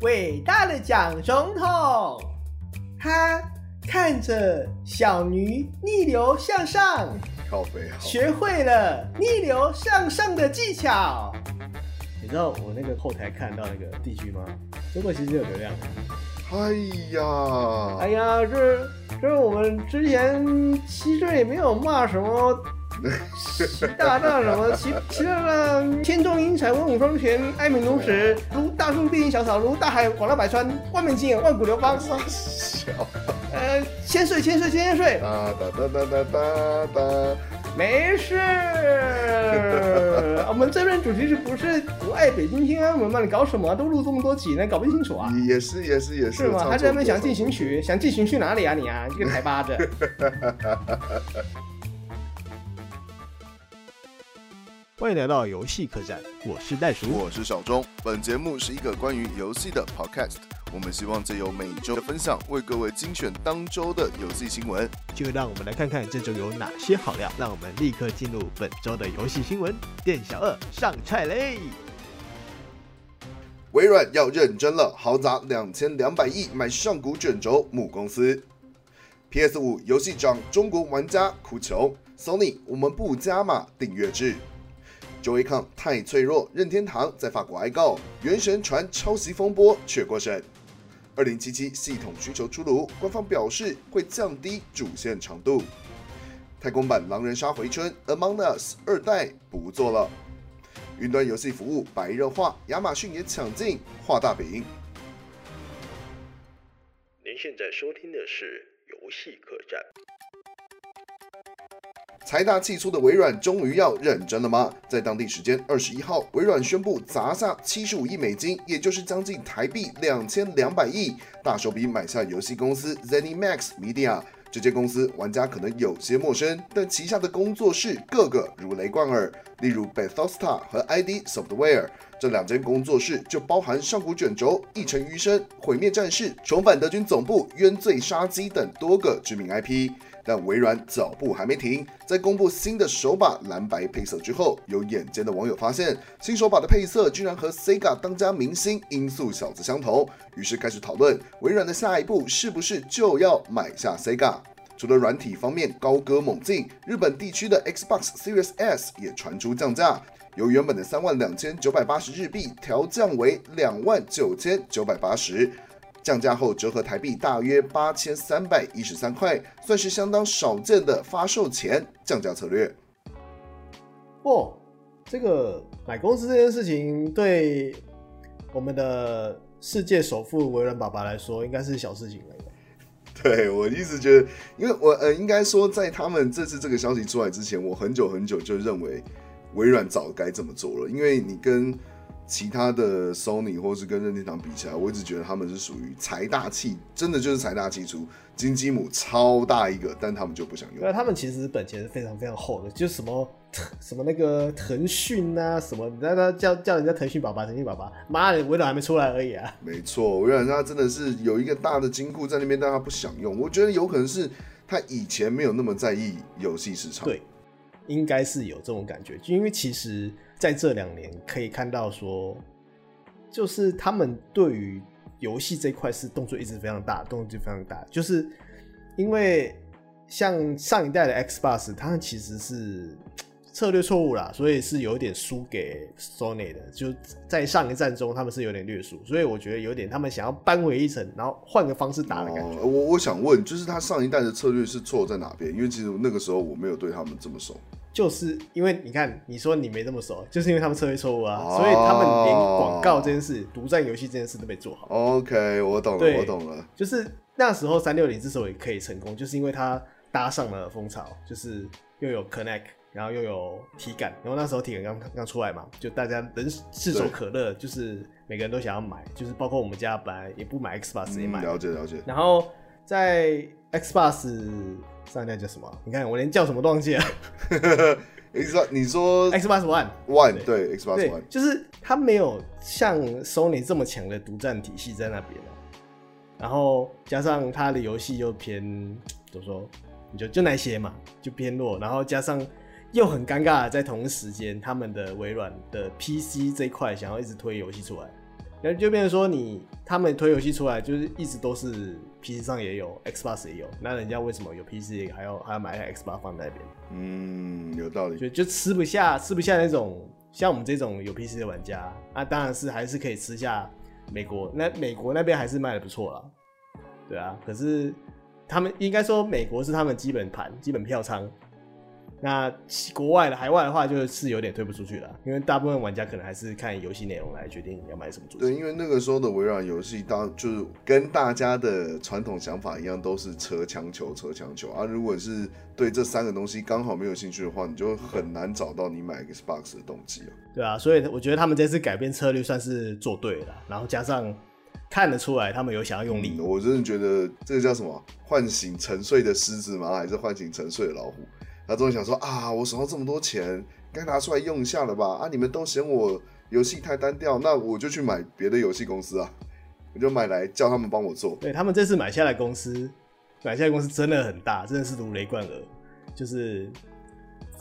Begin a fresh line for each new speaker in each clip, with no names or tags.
伟大的蒋总统，他看着小鱼逆流向上，
靠背好，
学会了逆流向上的技巧。你知道我那个后台看到那个地区吗？中国其实有流量。
哎呀，
哎呀，这这我们之前其实也没有骂什么习大大什么，习习大大天纵英才，文武双全，爱民如食，如大树必有小草，如大海广纳百川，万民皆有，万古流芳。
傻小
呃，千岁千岁千千岁，
哒哒哒哒哒哒哒，
没事。 我们这边主题是不是不爱北京天安门吗？你搞什么啊、都录这么多集呢，搞不清楚啊。
也也是也是也是，
是吗？
唱
他在那边
错
想
歌
进行曲，想进行去哪里啊你啊？这个台巴子。欢迎来到游戏客栈，我是袋鼠
我是小钟，本节目是一个关于游戏的 podcast，我们希望借由每周的分享，为各位精选当周的游戏新闻。
就让我们来看看这周有哪些好料，让我们立刻进入本周的游戏新闻。店小二上菜嘞！
微软要认真了，豪砸两千两百亿买上古卷轴母公司。PS 五游戏长中国玩家哭穷，Sony 我们不加码订阅制。Joycon 太脆弱，任天堂在法国挨告，原神传抄袭风波却过审。二零七七系统需求出炉，官方表示会降低主线长度。太空版狼人杀回春，Among Us 二代不做了。云端游戏服务白热化，亚马逊也抢进画大饼。
您现在收听的是《游戏客栈》。
财大气粗的微软终于要认真了吗？在当地时间二十一号，微软宣布砸下七十五亿美金，也就是将近台币两千两百亿，大手笔买下游戏公司 ZeniMax Media。这间公司玩家可能有些陌生，但旗下的工作室个个如雷贯耳，例如 Bethesda 和 ID Software 这两间工作室就包含《上古卷轴》《一城余生》《毁灭战士》《重返德军总部》《冤罪杀机》等多个知名 IP。但微软脚步还没停，在公布新的手把蓝白配色之后，有眼尖的网友发现，新手把的配色居然和 Sega 当家明星音速小子相同，于是开始讨论微软的下一步是不是就要买下 Sega。除了软体方面高歌猛进，日本地区的 Xbox Series S 也传出降价，由原本的三万两千九百八十日币调降为两万九千九百八十，降价后折合台币大约八千三百一十三块，算是相当少见的发售前降价策略。
哦，这个买公司这件事情对我们的世界首富微软爸爸来说，应该是小事情了。
对我一直觉得，因为我呃，应该说在他们这次这个消息出来之前，我很久很久就认为微软早该这么做了，因为你跟其他的 Sony 或是跟任天堂比起来，我一直觉得他们是属于财大气，真的就是财大气粗，金鸡母超大一个，但他们就不想用
对。啊，他们其实本钱是非常非常厚的，就什么 什么那个腾讯啊，什么那那叫叫人家腾讯爸爸，腾讯爸爸，妈的，微软还没出来而已啊！
没错，微软它真的是有一个大的金库在那边，但它不想用。我觉得有可能是它以前没有那么在意游戏市场。
对应该是有这种感觉，就因为其实在这两年可以看到说，就是他们对于游戏这一块是动作一直非常大，动作就非常大，就是因为像上一代的 Xbox，它其实是策略错误啦，所以是有点输给 Sony 的，就在上一战中他们是有点略输，所以我觉得有点他们想要扳回一城，然后换个方式打的感觉。
哦，我我想问，就是他上一代的策略是错在哪边？因为其实那个时候我没有对他们这么熟。
就是因为你看，你说你没这么熟，就是因为他们策略错误啊，
哦
所以他们连广告这件事、独占游戏这件事都没做好。
OK，我懂了，
对
我懂了。
就是那时候三六零之所以可以成功，就是因为它搭上了风潮，就是又有 Connect，然后又有体感，然后那时候体感刚刚出来嘛，就大家人炙手可热，就是每个人都想要买，就是包括我们家本来也不买 Xbox 也
嗯，
买，
了解了解。
然后在 Xbox 上一代叫什么？你看我连叫什么都忘 记了
X，你说
，Xbox One。
One 对 Xbox
哎对
One，，
就是他没有像 Sony 这么强的独占体系在那边啊然后加上他的游戏又偏怎么说，你就就那些嘛，就偏弱，然后加上又很尴尬的在同时间，他们的微软的 PC 这一块想要一直推游戏出来，然后就变成说你他们推游戏出来，就是一直都是 PC 上也有，Xbox 也有，那人家为什么有 PC 还要还要买台 Xbox 放在那边？
嗯，有道理。
就就吃不下吃不下那种像我们这种有 PC 的玩家，那、当然是还是可以吃下美国那美国那边还是卖的不错啦，对啊，可是他们应该说美国是他们基本盘基本票仓，那其国外的海外的话就是有点推不出去了，因为大部分玩家可能还是看游戏内容来决定要买什么主
对，
机，
因为那个时候的微软游戏当就是跟大家的传统想法一样，都是扯强求、扯强求啊。如果是对这三个东西刚好没有兴趣的话，你就很难找到你买 Xbox 的动机啊。
对啊，所以我觉得他们这次改变策略算是做对了啦，然后加上看得出来他们有想要用力
嗯，我真的觉得这个叫什么？唤醒沉睡的狮子吗？还是唤醒沉睡的老虎？他终于想说啊，我手上这么多钱，该拿出来用一下了吧？啊，你们都嫌我游戏太单调，那我就去买别的游戏公司啊，我就买来叫他们帮我做。
对他们这次买下来公司，买下来公司真的很大，真的是如雷贯耳，就是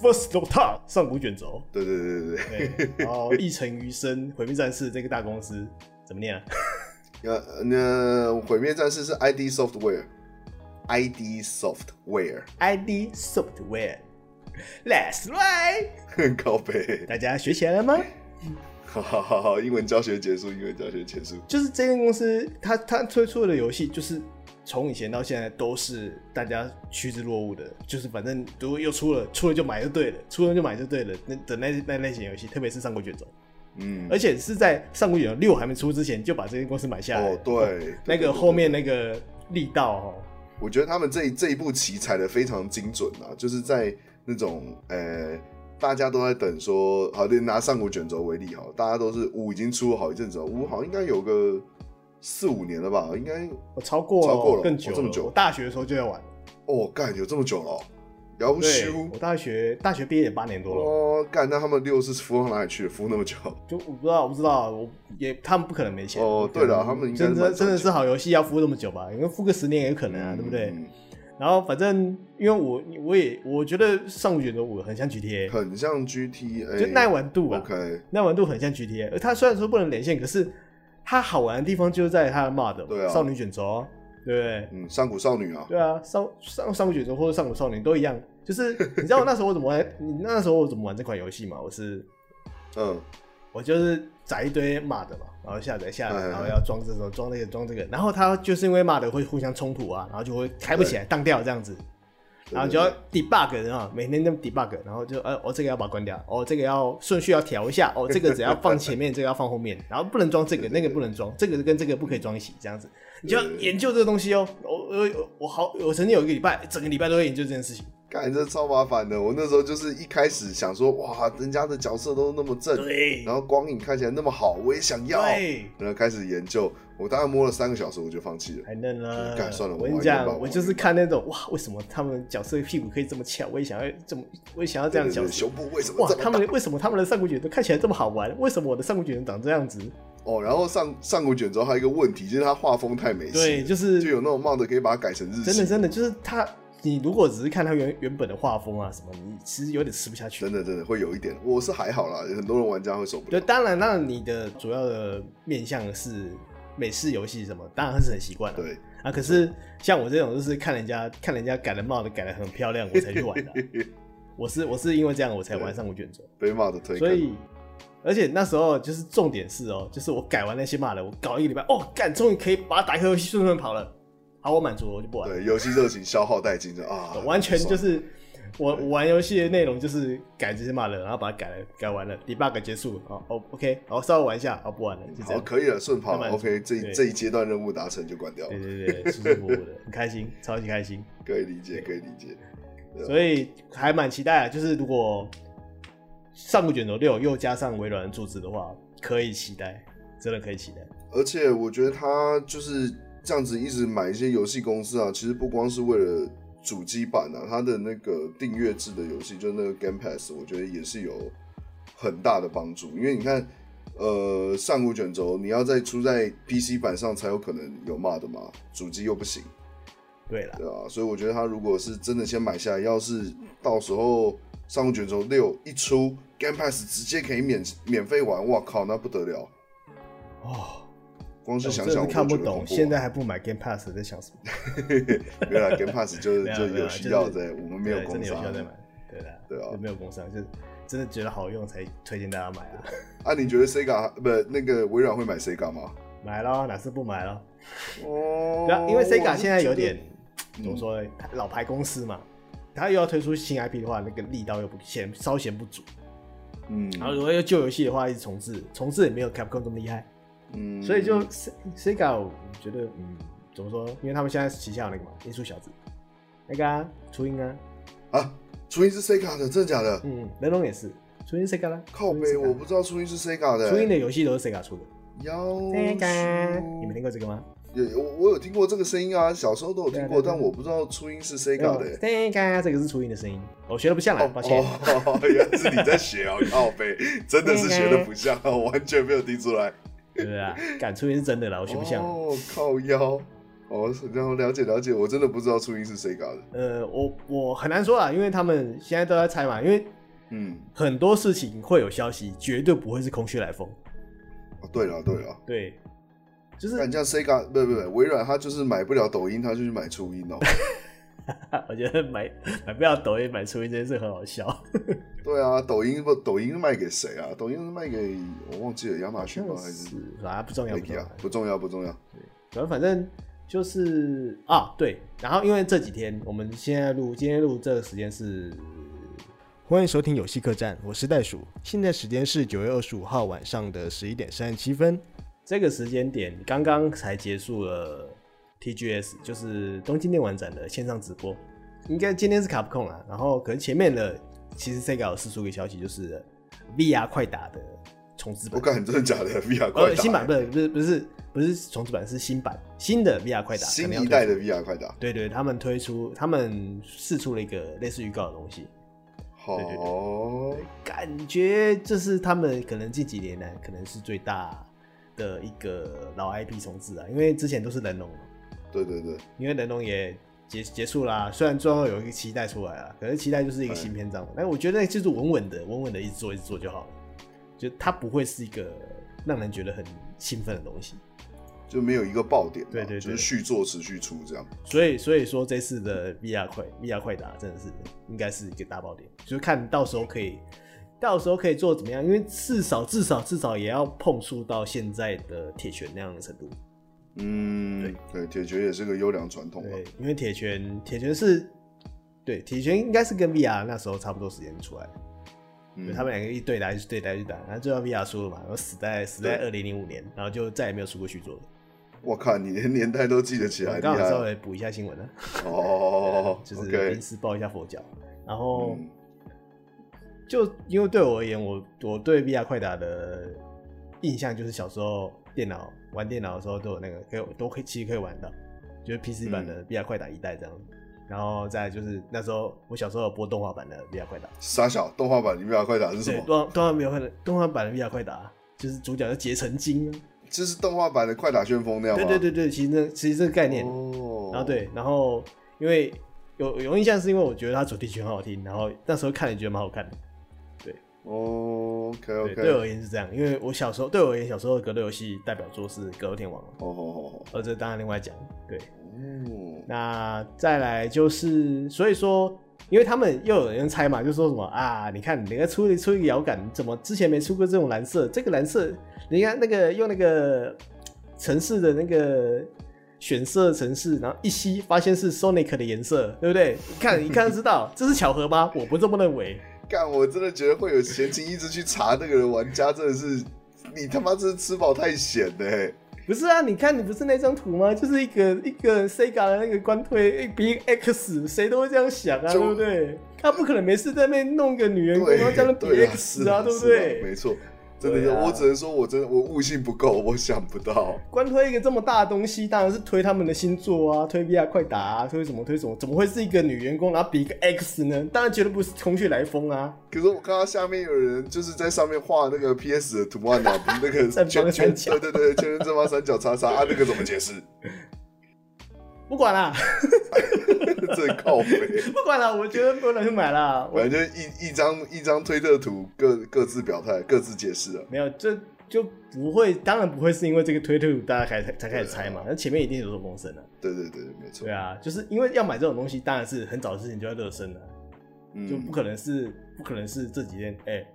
First Dota 上古卷轴，
对对对对对，
对，然后一城余生毁灭战士这个大公司怎么念啊？
呃，那毁灭战士是 ID Software，ID Software，
ID Software。Let's ride，
高飞，
大家学起来了吗？
好好好好，英文教学结束，英文教学结束。
就是这间公司，它它推出的游戏就是从以前到现在都是大家趋之若鹜的，就是反正如果又出了，出了就买就对了，出了就买就对了，那的那那类型游戏，特别是上古卷轴，
嗯，
而且是在《上古卷轴六》还没出之前就把这间公司买下来。
哦，对，
那
对
个后面那个力道哦，
我觉得他们这一这一步棋踩的非常精准啊，就是在那种呃，大家都在等说，好，就拿上古卷轴为例好了，大家都是五已经出了好一阵子了，五好像应该有个四五年了吧，应该
我哦超过
超过了
更久
哦这么久
我大学的时候就在玩了，
哦，干有这么久了哦、要不
对
修，
我大学大学毕业也八年多了，
哦，干那他们六是服到哪里去了？服那么久，
就我不知道，我不知道，我也他们不可能没钱。
哦
不可能
对了他们应该
真
蛮
的
赚
真的
钱
是好游戏要敷这么久吧？因为敷个十年也有可能啊，对不对？
嗯
然后反正因为我我也我觉得《上古卷轴五》很像 GTA，
很像 GTA，
就耐玩度啊。
OK，
耐玩度很像 GTA，而它虽然说不能连线，可是它好玩的地方就是在它的 mod，
对啊
少女卷轴哦，对不对？
嗯，上古少女啊，
对啊，上上上古卷轴或者上古少女都一样，就是你知道我那时候我怎么玩，你那时候我怎么玩这款游戏嘛？我是
嗯，
我就是载一堆 mod 嘛，然后下载下来，
嗯
然后要装这种装那个装这个，然后它就是因为 mod 会互相冲突啊，然后就会开不起来，当掉这样子，然后就要 debug 啊，每天都 debug，然后就呃，哦这个要把它关掉，哦这个要顺序要调一下，哦这个只要放前面，这个要放后面，然后不能装这个，那个不能装，这个跟这个不可以装一起，这样子，你就要研究这个东西哦。我我我好，我曾经有一个礼拜，整个礼拜都在研究这件事情。
干这超麻烦的。我那时候就是一开始想说，哇，人家的角色都那么正，
对
然后光影看起来那么好，我也想要，
对，
然后开始研究。我大概摸了三个小时，我就放弃了。
还嫩了。
干算了
我跟你
我玩一半吧
讲，
我
我
玩一半
就是看那种哇，为什么他们角色屁股可以这么翘？我也想要这么，我也想要这样的
对对
角
对
色。
胸部为什么
哇，
这
他
么大
们？为什么他们的上古卷轴看起来这么好玩？为什么我的上古卷轴长这样子？
哦，然后上上古卷轴还有一个问题，就是它画风太美
对，
系，
就是
就有那种帽子可以把它改成日
真
系
的。真的就是他，你如果只是看他原原本的画风啊什么，你其实有点吃不下去
真。的真的会有一点，我是还好啦，很多人玩家会受不
对，
了。
当然，那你的主要的面向是美式游戏什么，当然是很习惯了
对，
啊。可是像我这种，就是看人家看人家改的帽子改的很漂亮，我才 去玩的啊、我是我是因为这样我才玩上古卷轴，
被骂的推
所
坑。
以而且那时候就是重点是哦，就是我改完那些骂的，我搞一个礼拜，哦，干，终于可以把它打开游戏顺顺跑了，好，我满足了，我就不玩了。
对，游戏热情消耗殆尽的啊，
完全就是我
对
我玩游戏的内容就是改这些骂人，然后把它改了，改完了，debug 结束，好哦，OK，然后稍微玩一下，哦，不玩了，就这
好，
样。
可以了，顺跑
慢慢
，OK，这一
对
这一阶段任务达成就关掉了
对，对对，对舒舒服服的，很开心，超级开心，
可以理解，可以理解。对
所以还蛮期待的。啊就是如果上古卷轴六又加上微软的注资的话，可以期待，真的可以期待。
而且我觉得他就是这样子一直买一些游戏公司啊，其实不光是为了主机版啊，它的那个订阅制的游戏，就那个 Game Pass，我觉得也是有很大的帮助，因为你看。呃，上古卷轴你要再出在 PC 版上才有可能有骂的嘛，主机又不行，
对了，
对啊，所以我觉得他如果是真的先买下来，要是到时候上古卷轴六一出，Game Pass 直接可以免免费玩，哇靠，那不得了！
哦，
光是
我
想
真的是
想我
看不
都觉得
懂，
恐怖
现在
啊
还不买 Game Pass 在想什么？
没有啦 Game Pass 就是
没有
就
没有
有
啦
需
啊就是
要的，我们没有
对真
工
的有需要
商。
再买，对的，
对啊
就没有工商，就是真的觉得好用才推荐大家买啊，
啊，你觉得 Sega 不那个微软会买 Sega 吗？
买咯，哪次不买咯？
哦
对啊，因为 Sega 现在有点
嗯
怎么说呢，老牌公司嘛，他又要推出新 IP 的话，那个力道又不嫌稍嫌不足。
嗯，
然后如果要旧游戏的话，一直重置，重置也没有 Capcom 这么厉害，
嗯
所以就 Se- Sega 我觉得嗯怎么说？因为他们现在旗下有那个嘛，音速小子，那个啊，初音啊，
啊，初音是 Sega 的，真的假的？
嗯，雷龙也是，初音 Sega 啦，
靠
初音
背，
Sega
我不知道初音是 Sega 的。
初音的游戏都是 Sega 出的
妖
，Sega，
叔
你们听过这个吗
有我我有听过这个声音啊，小时候都有听
对啊对
过，
啊
但我不知道初音是 Sega 的。
？Sega 这个是初音的声音，我学的不像来，
哦
抱歉。
哦， 原来是你在学哦，靠背，真的是学的不 像，我完全没有听出来。
对啊，敢初音是真的啦，我学不像。
哦，靠腰。哦，然后了解了解，我真的不知道初音是 Sega 的。
呃，我我很难说啊啦，因为他们现在都在猜嘛，因为
嗯，
很多事情会有消息，绝对不会是空穴来风。
哦，对了对了，
对，就
那
是
你像 Sega 不不不，微软它就是买不了抖音，它就去买 初音哦。
我觉得买买不了抖音买初音这件事很好笑，
对啊，抖音不抖音是卖给谁啊？抖音是卖给我忘记了亚马逊吗？还是
啊，不重要，不重
Nike
要
啊？，不重要不重要。
反正反正就是啊，对。然后因为这几天我们现在录，今天录这个时间是，欢迎收听有戏客栈，我是袋鼠。现在时间是九月二十五号晚上的十一点三十七分。这个时间点刚刚才结束了 TGS，就是东京电玩展的线上直播。应该今天是卡不控啦，然后可能前面的其实 Sega 有释出一个消息，就是 VR 快打的重置版
我。看真的 假的 VR 快
呃，
打，
新版不是不是不是不是重置版，是新版新的 VR 快打，可
新
能要
一代
推
的
出。
VR 快打。
对对，他们推出，他们试出了一个类似预告的东西，
好
对对感觉这是他们可能近几年来可能是最大的一个老 IP 重置啊，因为之前都是人龙嘛，
对对对，
因为人龙也结结束啦、虽然最后有一个期待出来了，可是期待就是一个新篇章嘛，但我觉得就是稳稳的、稳稳的一直做、一直做就好了，就它不会是一个让人觉得很兴奋的东西。
就没有一个爆点嘛，
对对对
就是续作持续出这样。
所以所以说这次的 VR 快 VR 快打真的是应该是一个大爆点，就是看到时候可以到时候可以做怎么样，因为至少至少至少也要碰触到现在的铁拳那样的程度。
嗯，对，铁拳也是个优良传统嘛
对。，因为铁拳铁拳是对铁拳应该是跟 VR 那时候差不多时间出来的，
嗯
对，他们两个一对打一对打一对打，然后最后 VR 输了嘛，然后死在死在
对
二零零五年，然后就再也没有出过续作了。
我靠，你连年代都记得起来，
我
厉
刚好稍
害
微补一下新闻了。
哦。
就是
OK，
临时抱一下佛脚。然后、
嗯
就因为对我而言，我我对 VR 快打的印象就是小时候电脑玩电脑的时候都有那个可以都可以其实可以玩到，就是 PC 版
嗯
的 VR 快打一代这样。然后再来就是那时候我小时候有播动画版的 VR 快打，
傻小动画版《VR 快打》是什
对，
么？
动画动画没有快打，动画版的 VR 快打就是主角叫结成精啊，
就是动画版的《快打旋风》那样
对
吗？
对对对，其实那其实这个概念，
哦，
然后对，然后因为有有印象是因为我觉得它主题曲很好听，然后那时候看也觉得蛮好看的。
哦，OK
对，对我
OK，
而言是这样，因为我小时候对我而言，小时候的格斗游戏代表作是《格斗天王》嘛，
哦哦
而这当然另外讲。对，
哦，
那再来就是，所以说，因为他们又有人猜嘛，就说什么啊，你看人家出一出一个摇杆，怎么之前没出过这种蓝色？这个蓝色，人家那个用那个城市的那个。选色城市，然后一吸发现是 Sonic 的颜色，对不对？一看一看就知道，这是巧合吗？我不这么认为。
干，我真的觉得会有闲情逸致去查那个人玩家，真的是你他妈真是吃饱太闲了、欸。
不是啊，你看你不是那张图吗？就是一个一个 Sega 的那个官推 B X，谁都会这样想啊，
就
对不对？他不可能没事在那边弄个女员工，
对，
然后在那比
对啊，
X
是啊，
对不
是啊没
对？
错，真的是，
对啊
我只能说我真的我悟性不够，我想不到。
官推一个这么大的东西，当然是推他们的新作啊，推 VR 快打啊，推什么推什么，怎么会是一个女员工然后比一个 X 呢？当然绝对不是空穴来风啊！
可是我看到下面有人就是在上面画那个 PS 的图案啊，不是那个
正方
圈圈，
三角
对对对，圈圈正方三角叉叉啊，那个怎么解释？
不管啦，
这靠北。
不管啦，我觉得不能去买 啦。我
反正就一一张一张推特图各各自表态，各自解释啊。
没有，这就不会，当然不会是因为这个推特大家开才开始猜嘛，那前面一定有所风声啊了。
对对对，没错，
对啊，就是因为要买这种东西，当然是很早之前就要热身了，
嗯，
就不可能是不可能是这几天，哎、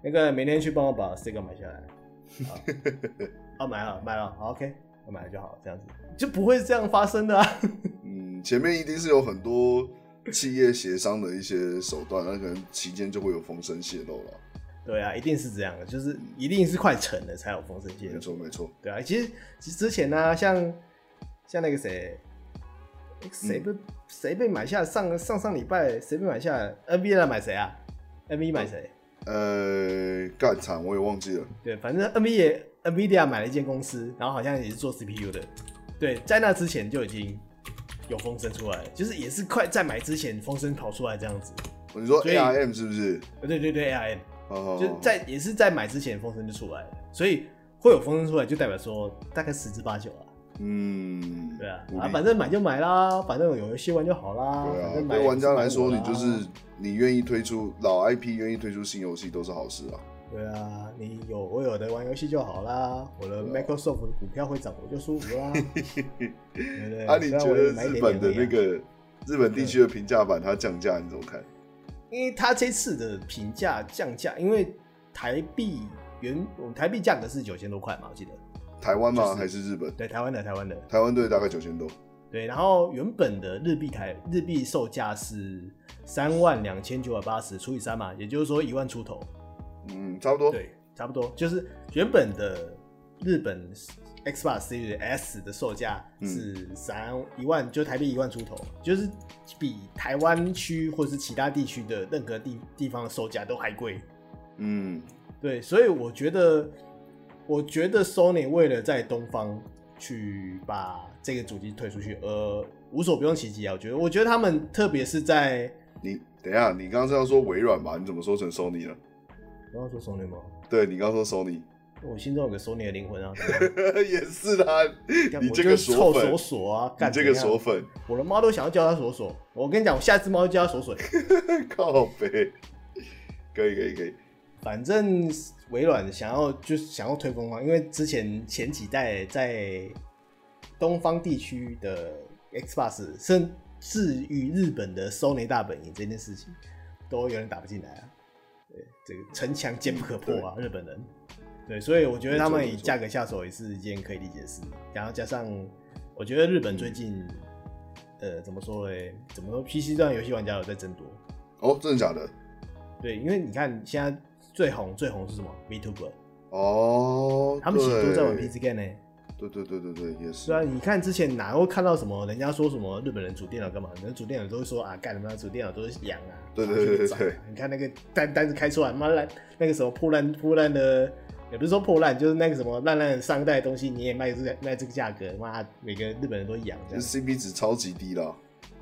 那个明天去帮我把 Sega 买下来，好啊 买了买了，好 OK，我买了就好，这样子就不会这样发生的啊。
嗯，前面一定是有很多企业协商的一些手段，那可能期间就会有风声泄露了。
对啊，一定是这样的，就是一定是快成了才有风声泄
没
露。
错没错，
对啊，其实其实之前呢、像像那个谁，
嗯
诶谁被谁、被买下上上上礼拜谁被买下 NBA 来买谁啊？NBA 买谁？
呃，干惨我也忘记了，
对，反正 NBA NVIDIA 买了一间公司，然后好像也是做 CPU 的。对，在那之前就已经有风声出来了，就是也是快在买之前风声跑出来这样子。
你说
所以
ARM 是不是？
呃对对对，ARM
哦，
就在也是在买之前风声就出来了，所以会有风声出来，就代表说大概十之八九啊。
嗯，
对啊
无，
啊，
力
反正买就买啦，反正有游戏玩就好啦。
对
反
啊
正，哦买
对玩家来说，
买
你
我啦
就是你愿意推出老 IP，愿意推出新游戏都是好事啊。
对啊，你有我有的玩游戏就好啦。我的
啊
Microsoft 的股票会涨，我就舒服 啦。对不对？
啊，你
虽然
觉
我也
得
买一
日
点
本的
点而已
那
啊，
个日本地区的平价版它降价，你怎么看？
因为它这次的评价降价，因为台币原我们台币价格是九千多块嘛，我记得。
台湾
就
吗？
是
还是日本？
对，台湾的台湾的，
台湾队大概九千多，
对。然后原本的日币台日币售价是三万两千九百八十除以三嘛，也就是说一万出头。
嗯，差不多。
对，差不多，就是原本的日本 Xbox Series S 的售价
嗯
是三一万，就台币一万出头，就是比台湾区或是其他地区的任何地地方的售价都还贵。
嗯，
对，所以我觉得，我觉得 Sony 为了在东方去把这个主机推出去，呃，无所不用其极啊。我觉得，我觉得他们特别是在，
你等一下，你刚刚是要说微软吧？你怎么说成 Sony 了？
我要说 Sony 吗？
对你刚刚说 Sony，
我心中有个 Sony 的灵魂啊，怎么样
也是啦，
干
你
我
这
就
个
是
锁
臭
粉
手，锁啊，
你
干
这个
怎样
锁粉，
我的猫都想要叫它锁锁。我跟你讲，我下只猫就叫它锁 锁。
靠北，可以可以可以，
反正微软想要就是想要推东方，因为之前前几代在东方地区的 Xbox，甚至于日本的 Sony 大本营这件事情，都有人打不进来啊。对，这个城墙坚不可破啊，日本人。对，所以我觉得他们以价格下手也是一件可以理解的事。然后加上，我觉得日本最近，呃，怎么说嘞？怎么说？PC 端游戏玩家有在增多。
哦，真的假的？
对，因为你看现在最红最红是什么？Vtuber，
哦，
他们其实都在玩
对
PC game 呢、
对对对对对，也是
虽。然你看之前哪会看到什么人家说什么日本人组电脑干嘛？人家组电脑都会说啊，干什么组电脑都是羊啊，
对对对对
然后去
对
找啊你看那个单单子开出来，妈烂那个什么破烂破烂的，也不是说破烂，就是那个什么烂烂的上一代的东西，你也卖这个卖这个价格，妈每个日本人都养这
就是
样。
CP 值超级低啦，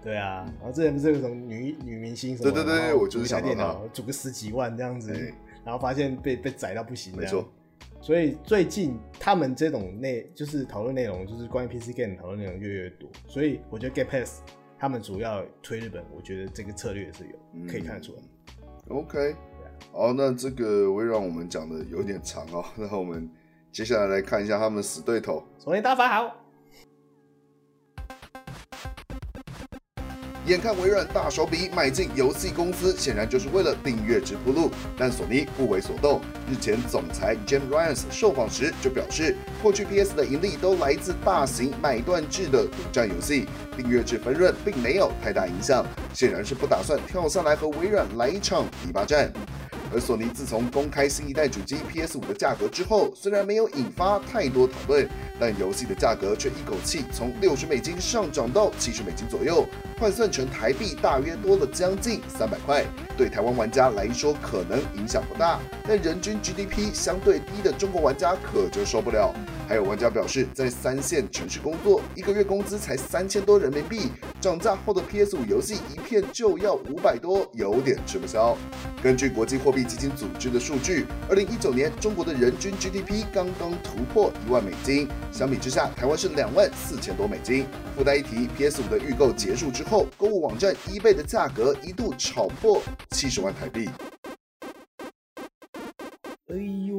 对啊，然后之前不是有什么女女明星什么，
对对对
然后
我
组
就是
一台
想到
电
她
脑组个十几万这样子，
哎，
然后发现被被宰到不行，
没错。
所以最近他们这种内就是讨论内容，就是关于 PC game 的讨论内容越来越多，所以我觉得 Game Pass 他们主要推日本，我觉得这个策略是
嗯
有可以看得出来。
OK，好，那这个微软我们讲的有点长哦， 那我们接下来来看一下他们死对头
索尼大法好，
眼看微软大手笔买进游戏公司，显然就是为了订阅制铺路，但索尼不为所动。日前，总裁 Jim Ryan 受访时就表示，过去 PS 的盈利都来自大型买断制的独占游戏，订阅制分润并没有太大影响，显然是不打算跳下来和微软来一场泥巴战。而索尼自从公开新一代主机 PS 5的价格之后，虽然没有引发太多讨论，但游戏的价格却一口气从六十美金上涨到七十美金左右，换算成台币大约多了将近三百块。对台湾玩家来说可能影响不大，但人均 GDP 相对低的中国玩家可就受不了。还有玩家表示，在三线城市工作，一个月工资才三千多人民币，涨价后的 PS 5游戏一片就要五百多，有点吃不消。根据国际货币基金组织的数据，二零一九年中国的人均 GDP 刚刚突破一万美金，相比之下，台湾是两万四千多美金。附带一提，PS 5的预购结束之后，购物网站 eBay 的价格一度炒破七十万台币。
哎呦，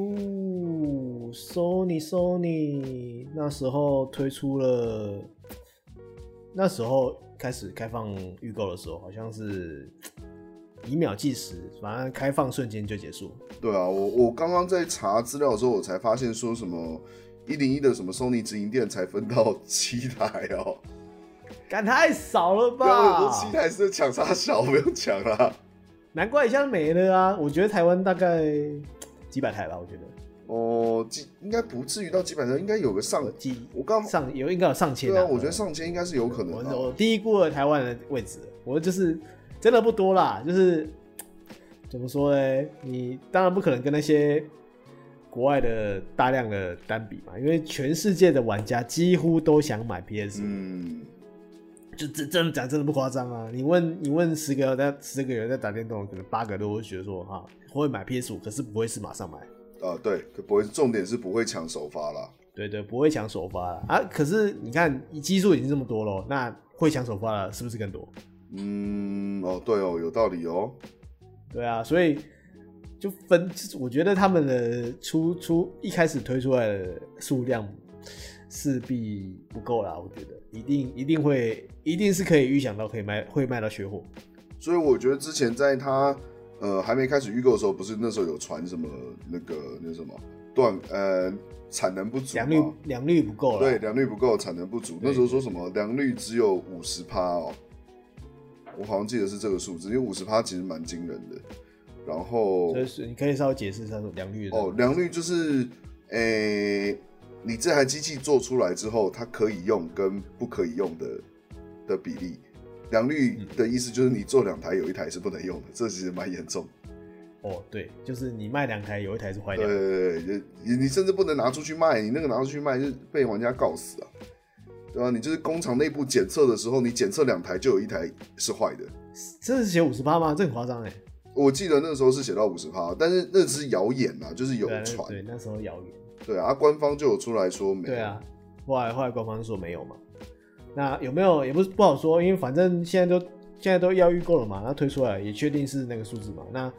Sony Sony 那时候推出了，那时候开始开放预购的时候，好像是以秒计时，反正开放瞬间就结束。
对啊，我我刚刚在查资料的时候，我才发现说什么一零一的什么 Sony 直营店才分到七台哦、
干太少了
不要说
吧？
七台是抢啥小，不用抢啦。
难怪一下没了啊！我觉得台湾大概几百台吧，我觉得
哦，几应该不至于到几百台，应该有个上
呃。几
我刚
上有应该有上千
对啊，我觉得上千应该是有可能的、啊
我我低估了台湾的位置，我就是真的不多啦，就是怎么说呢？你当然不可能跟那些国外的大量的单比嘛，因为全世界的玩家几乎都想买 PS，、
嗯，
就真真的讲真的不夸张啊！你问你问十个在十个人在打电动，可能八个都会觉得说啊会买 PS 五，可是不会是马上买。
啊，对，可不会，重点是不会抢首发啦。
对对，不会抢首发了啊！可是你看，基数已经这么多了，那会抢首发了是不是更多？
嗯，哦，对哦，有道理哦。
对啊，所以就分，我觉得他们的出出一开始推出来的数量势必不够啦，我觉得一定一定会，一定是可以预想到可以卖会卖到缺货。
所以我觉得之前在他呃还没开始预购的时候，不是那时候有传什么那个那什么断呃产能不足
良率
吗？
良率不够了，
对，良率不够，产能不足。
对
那时候说什么良率只有五十趴哦，我好像记得是这个数字，因为五十趴其实蛮惊人的。然后
所以是你可以稍微解释一下良率的
哦，良率就是诶、你这台机器做出来之后，它可以用跟不可以用的的比例。良率的意思就是你做两台有一台是不能用的，这其实蛮严重的。
哦，对，就是你卖两台有一台是坏掉的，
对对对，你你甚至不能拿出去卖，你那个拿出去卖就是被玩家告死啊，对吧、你就是工厂内部检测的时候，你检测两台就有一台是坏的。
这是写五十八吗？这很夸张哎，
我记得那时候是写到五十趴，但是那是谣言啊，就是有
对啊那
传，
对那时候谣言。
对啊，官方就有出来说没有，
对啊，后来后来官方说没有嘛，那有没有也不是不好说，因为反正现在都现在都要预购了嘛，那推出来也确定是那个数字嘛，那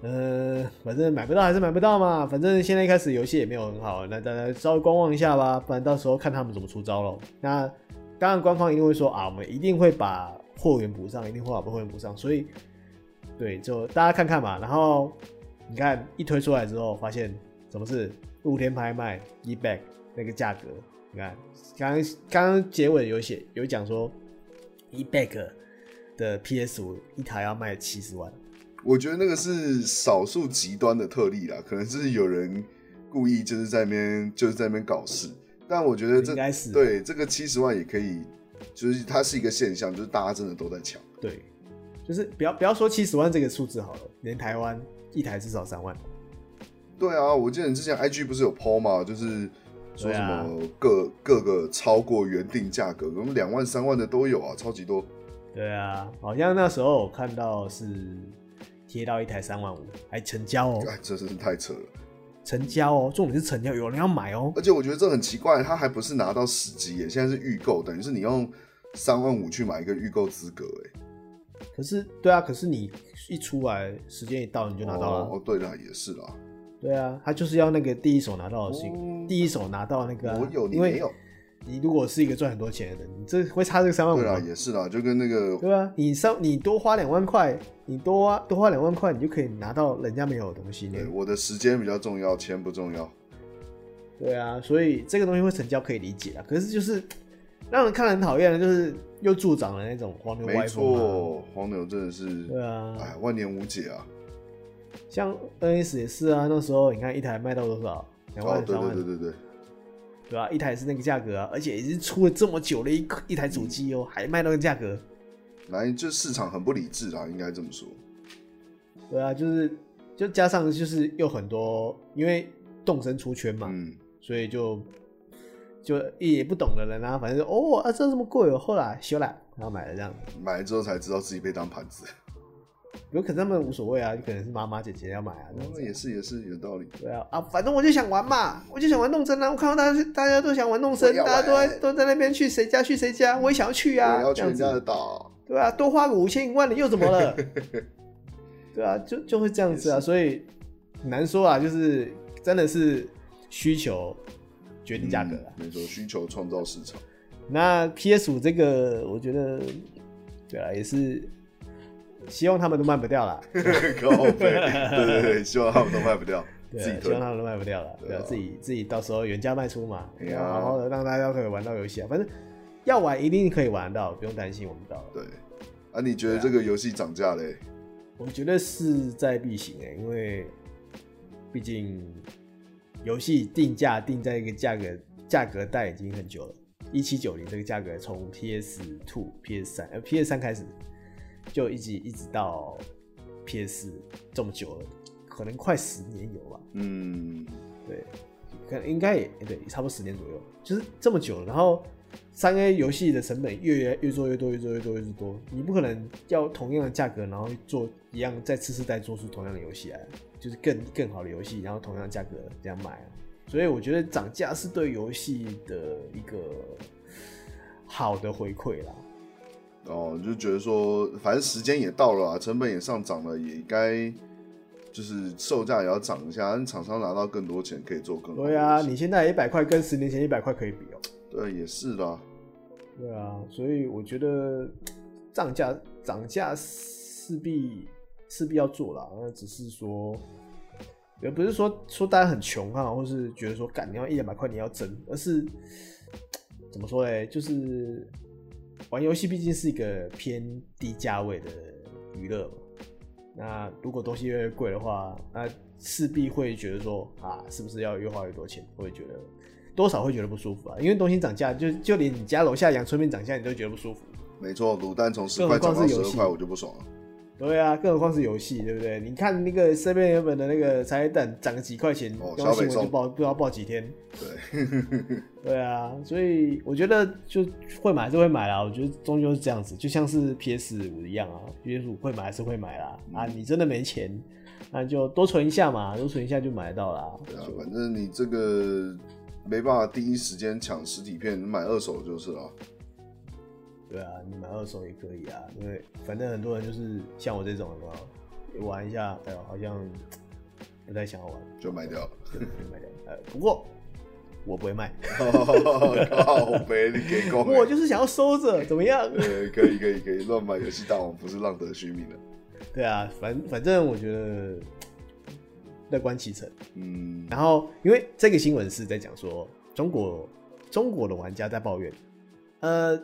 呃反正买不到还是买不到嘛，反正现在一开始游戏也没有很好，那大家稍微观望一下吧，不然到时候看他们怎么出招咯。那当然官方一定会说啊，我们一定会把货源补上，一定会把货源补上，所以对，就大家看看嘛，然后你看一推出来之后，发现什么事？露天拍卖 e b a c 那个价格，你看刚刚刚刚结尾有写有讲说 e b a c 的 PS 五一台要卖七十万，
我觉得那个是少数极端的特例啦，可能是有人故意就是在那边就是在那边搞事，但我觉得这
应该是啊
对这个七十万也可以，就是它是一个现象，就是大家真的都在抢。
对，就是不要不要说七十万这个数字好了，连台湾一台至少三万，
对啊，我记得你之前 IG 不是有 PO 嘛，就是说
对
什
啊
么各、各个超过原定价格，我们两万三万的都有啊，超级多。
对啊，好像那时候我看到是贴到一台三万五，还成交哦，
哎，这真是太扯了！
成交哦，重点是成交，有人要买哦，
而且我觉得这很奇怪，他还不是拿到实机耶，现在是预购，等于是你用三万五去买一个预购资格哎。
可是对啊，可是你一出来时间一到你就拿到了。
哦，哦对了，也是啦。
对啊，他就是要那个第一手拿到的信，
哦
第一手拿到那个啊、
我有，你
因为
没有？
你如果是一个赚很多钱的人，你这会差这个三万五
对啦，
吗？
也是啦，就跟那个
对啊，你上你多花两万块，你多花多花两万块，你就可以拿到人家没有的东西呢
对。我的时间比较重要，钱不重要。
对啊，所以这个东西会成交可以理解啊，可是就是让人看了很讨厌的，就是又助长了那种黄牛
没
歪风、啊。
错，黄牛真的是，
对啊
哎，万年无解啊。
像 NS 也是啊，那时候你看一台卖到多少？两
哦，
哎万、
对
三
对
万
对，对对。
对吧、啊？一台是那个价格啊，而且已经出了这么久了一一台主机
嗯
哦，还卖到那个价格。
来，就市场很不理智啦，应该这么说。
对啊，就是就加上就是有很多，因为动身出圈嘛，
嗯，
所以就就也不懂的人啊，反正就哦啊这这么贵哦，后来修了，然后买了这样，
买了之后才知道自己被当盘 子，
有可能他们无所谓啊，有可能是妈妈姐姐要买啊这样
哦
子。
也是也是有道理。
对啊，啊，反正我就想玩嘛，我就想玩动森啊！我看到大家大家都想玩动
我
森，
要
大
玩欸
家都在都在那边去谁家去谁家，我也想要去啊，
我要
这
去
样
人
子
家的岛，
对啊，多花个五千一万的又怎么 了？对啊，就就会这样子啊，
也是
所以很难说啊，就是真的是需求决定价格啊了。
嗯没错，需求创造 市场。
那 PS 五这个，我觉得对啊，也是希望他们都卖不掉 啦。啊
靠背，对 对对，希望他们都卖不掉，
对
自己
啊，希望
吞。
他们都卖不掉了，对
对啊
啊，自己自己到时候原价卖出嘛，
哎
对
呀
啊，好好的让大家可以玩到游戏啊，反正要玩一定可以玩到，不用担心玩不到。
对，啊，你觉得这个游戏涨价嘞？
我觉得势在必行哎、因为毕竟游戏定价定在一个价格价格带已经很久了，一七九零这个价格从 PS Two、PS 三、呃 PS 三开始就一直一直到 PS 这么久了，可能快十年有吧。
嗯，
对，可能应该也诶对，差不多十年左右，就是这么久了。然后三 A 游戏的成本越来越做越多，越做越多，越做越多，你不可能要同样的价格，然后做一样再次世代做出同样的游戏来，就是更更好的游戏，然后同样的价格这样买啊。所以我觉得涨价是对游戏的一个好的回馈啦。
哦，就觉得说，反正时间也到了啊，成本也上涨了，也该就是售价也要涨一下，让厂商拿到更多钱，可以做更好的游戏。
对啊，你现在一百块跟十年前一百块可以比哦、
对也是啦，
对啊，所以我觉得涨价涨价势必势必要做啦，那只是说，也不是说说大家很穷啊，或是觉得说干你要一两百块你要争，而是怎么说嘞，就是玩游戏毕竟是一个偏低价位的娱乐嘛。那如果东西越来越贵的话，那势必会觉得说啊，是不是要越花越多钱？会觉得多少会觉得不舒服啊，因为东西涨价，就就连你家楼下阳春面涨价，你都觉得不舒服。
没错，卤蛋从十
更
块
何
涨
况是
到十
游
二
戏
块，我就不爽了。
对啊，更何况是游戏，对不对？你看那个 C 边原本的那个茶叶蛋涨个几块钱，
哦
然后
小
新
北
闻就
宋
报，不知道报几天。
对，
对啊，所以我觉得就会买还是会买啦。我觉得终究是这样子，就像是 PS 五一样啊，PS 五会买还是会买啦。啊，
嗯
你真的没钱，那就多存一下嘛，多存一下就买得到啦。
对啊
就，
反正你这个没办法第一时间抢实体片，你买二手就是了。
对啊，你买二手也可以啊，因为反正很多人就是像我这种有没有玩一下，哎呦，好像不太想要玩，
就卖掉了，
就直接卖掉。 呃，不过我不会卖，
靠北，你给够
我
没？
就是想要收着，怎么样？
呃，可以可以可以，乱买游戏大王不是浪得虚名的。
对啊，反反正我觉得乐观其成。
嗯，
然后，因为这个新闻是在讲说中国中国的玩家在抱怨，呃，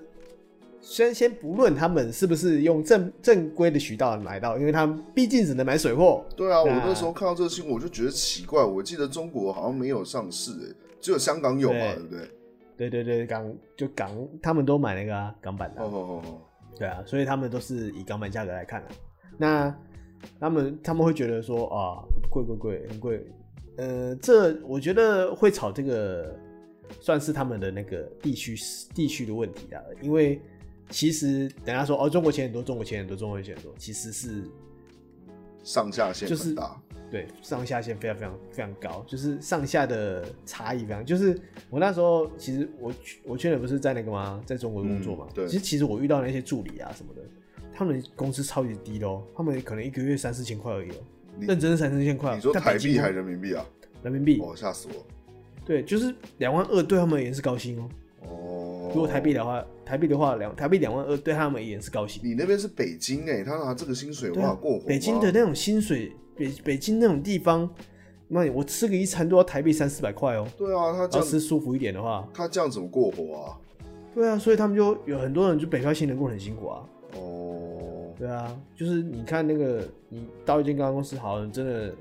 先先不论他们是不是用正正规的渠道买到，因为他们毕竟只能买水货。
对啊，我
那
那时候看到这个新闻，我就觉得奇怪，我记得中国好像没有上市、欸，只有香港有嘛，
对
对不对？
对对对，港就港，他们都买那个、啊、港版的啊、
哦哦哦，
对啊，所以他们都是以港版价格来看的、啊那他们他们会觉得说啊，贵贵贵，很贵。呃，这我觉得会炒这个，算是他们的那个地区地区的问题啊。因为其实等下说哦，中国钱很多，中国钱很多，中国钱很多，其实是
上下限
就是
很大，
对，上下限非常非常非常高，就是上下的差异非常。就是我那时候其实我去我去年不是在那个吗，在中国工作嘛，
嗯对
其实其实我遇到那些助理啊什么的，他们工资超级低的哦，他们可能一个月三四千块而已哦，
你
认真是三四千块哦。
你说
但
台
北京
币
哦
还人民币啊？
人民币？
哦，吓死我！
对，就是两万二对他们而言是高薪哦。
哦，哦
如果台币的话，台币的话两台币两万二对他们而言是高薪。
你那边是北京哎、他拿这个薪水有
对
办
啊
法过活吗
北京的那种薪水，北北京那种地方，那我吃个一餐都要台币三四百块哦。
对啊，他这
要吃
样
舒服一点的话，
他这样怎么过活啊？
对啊，所以他们就有很多人就北漂新人过得很辛苦啊，
哦，
对啊，就是你看那个你到一间高公司，好像真的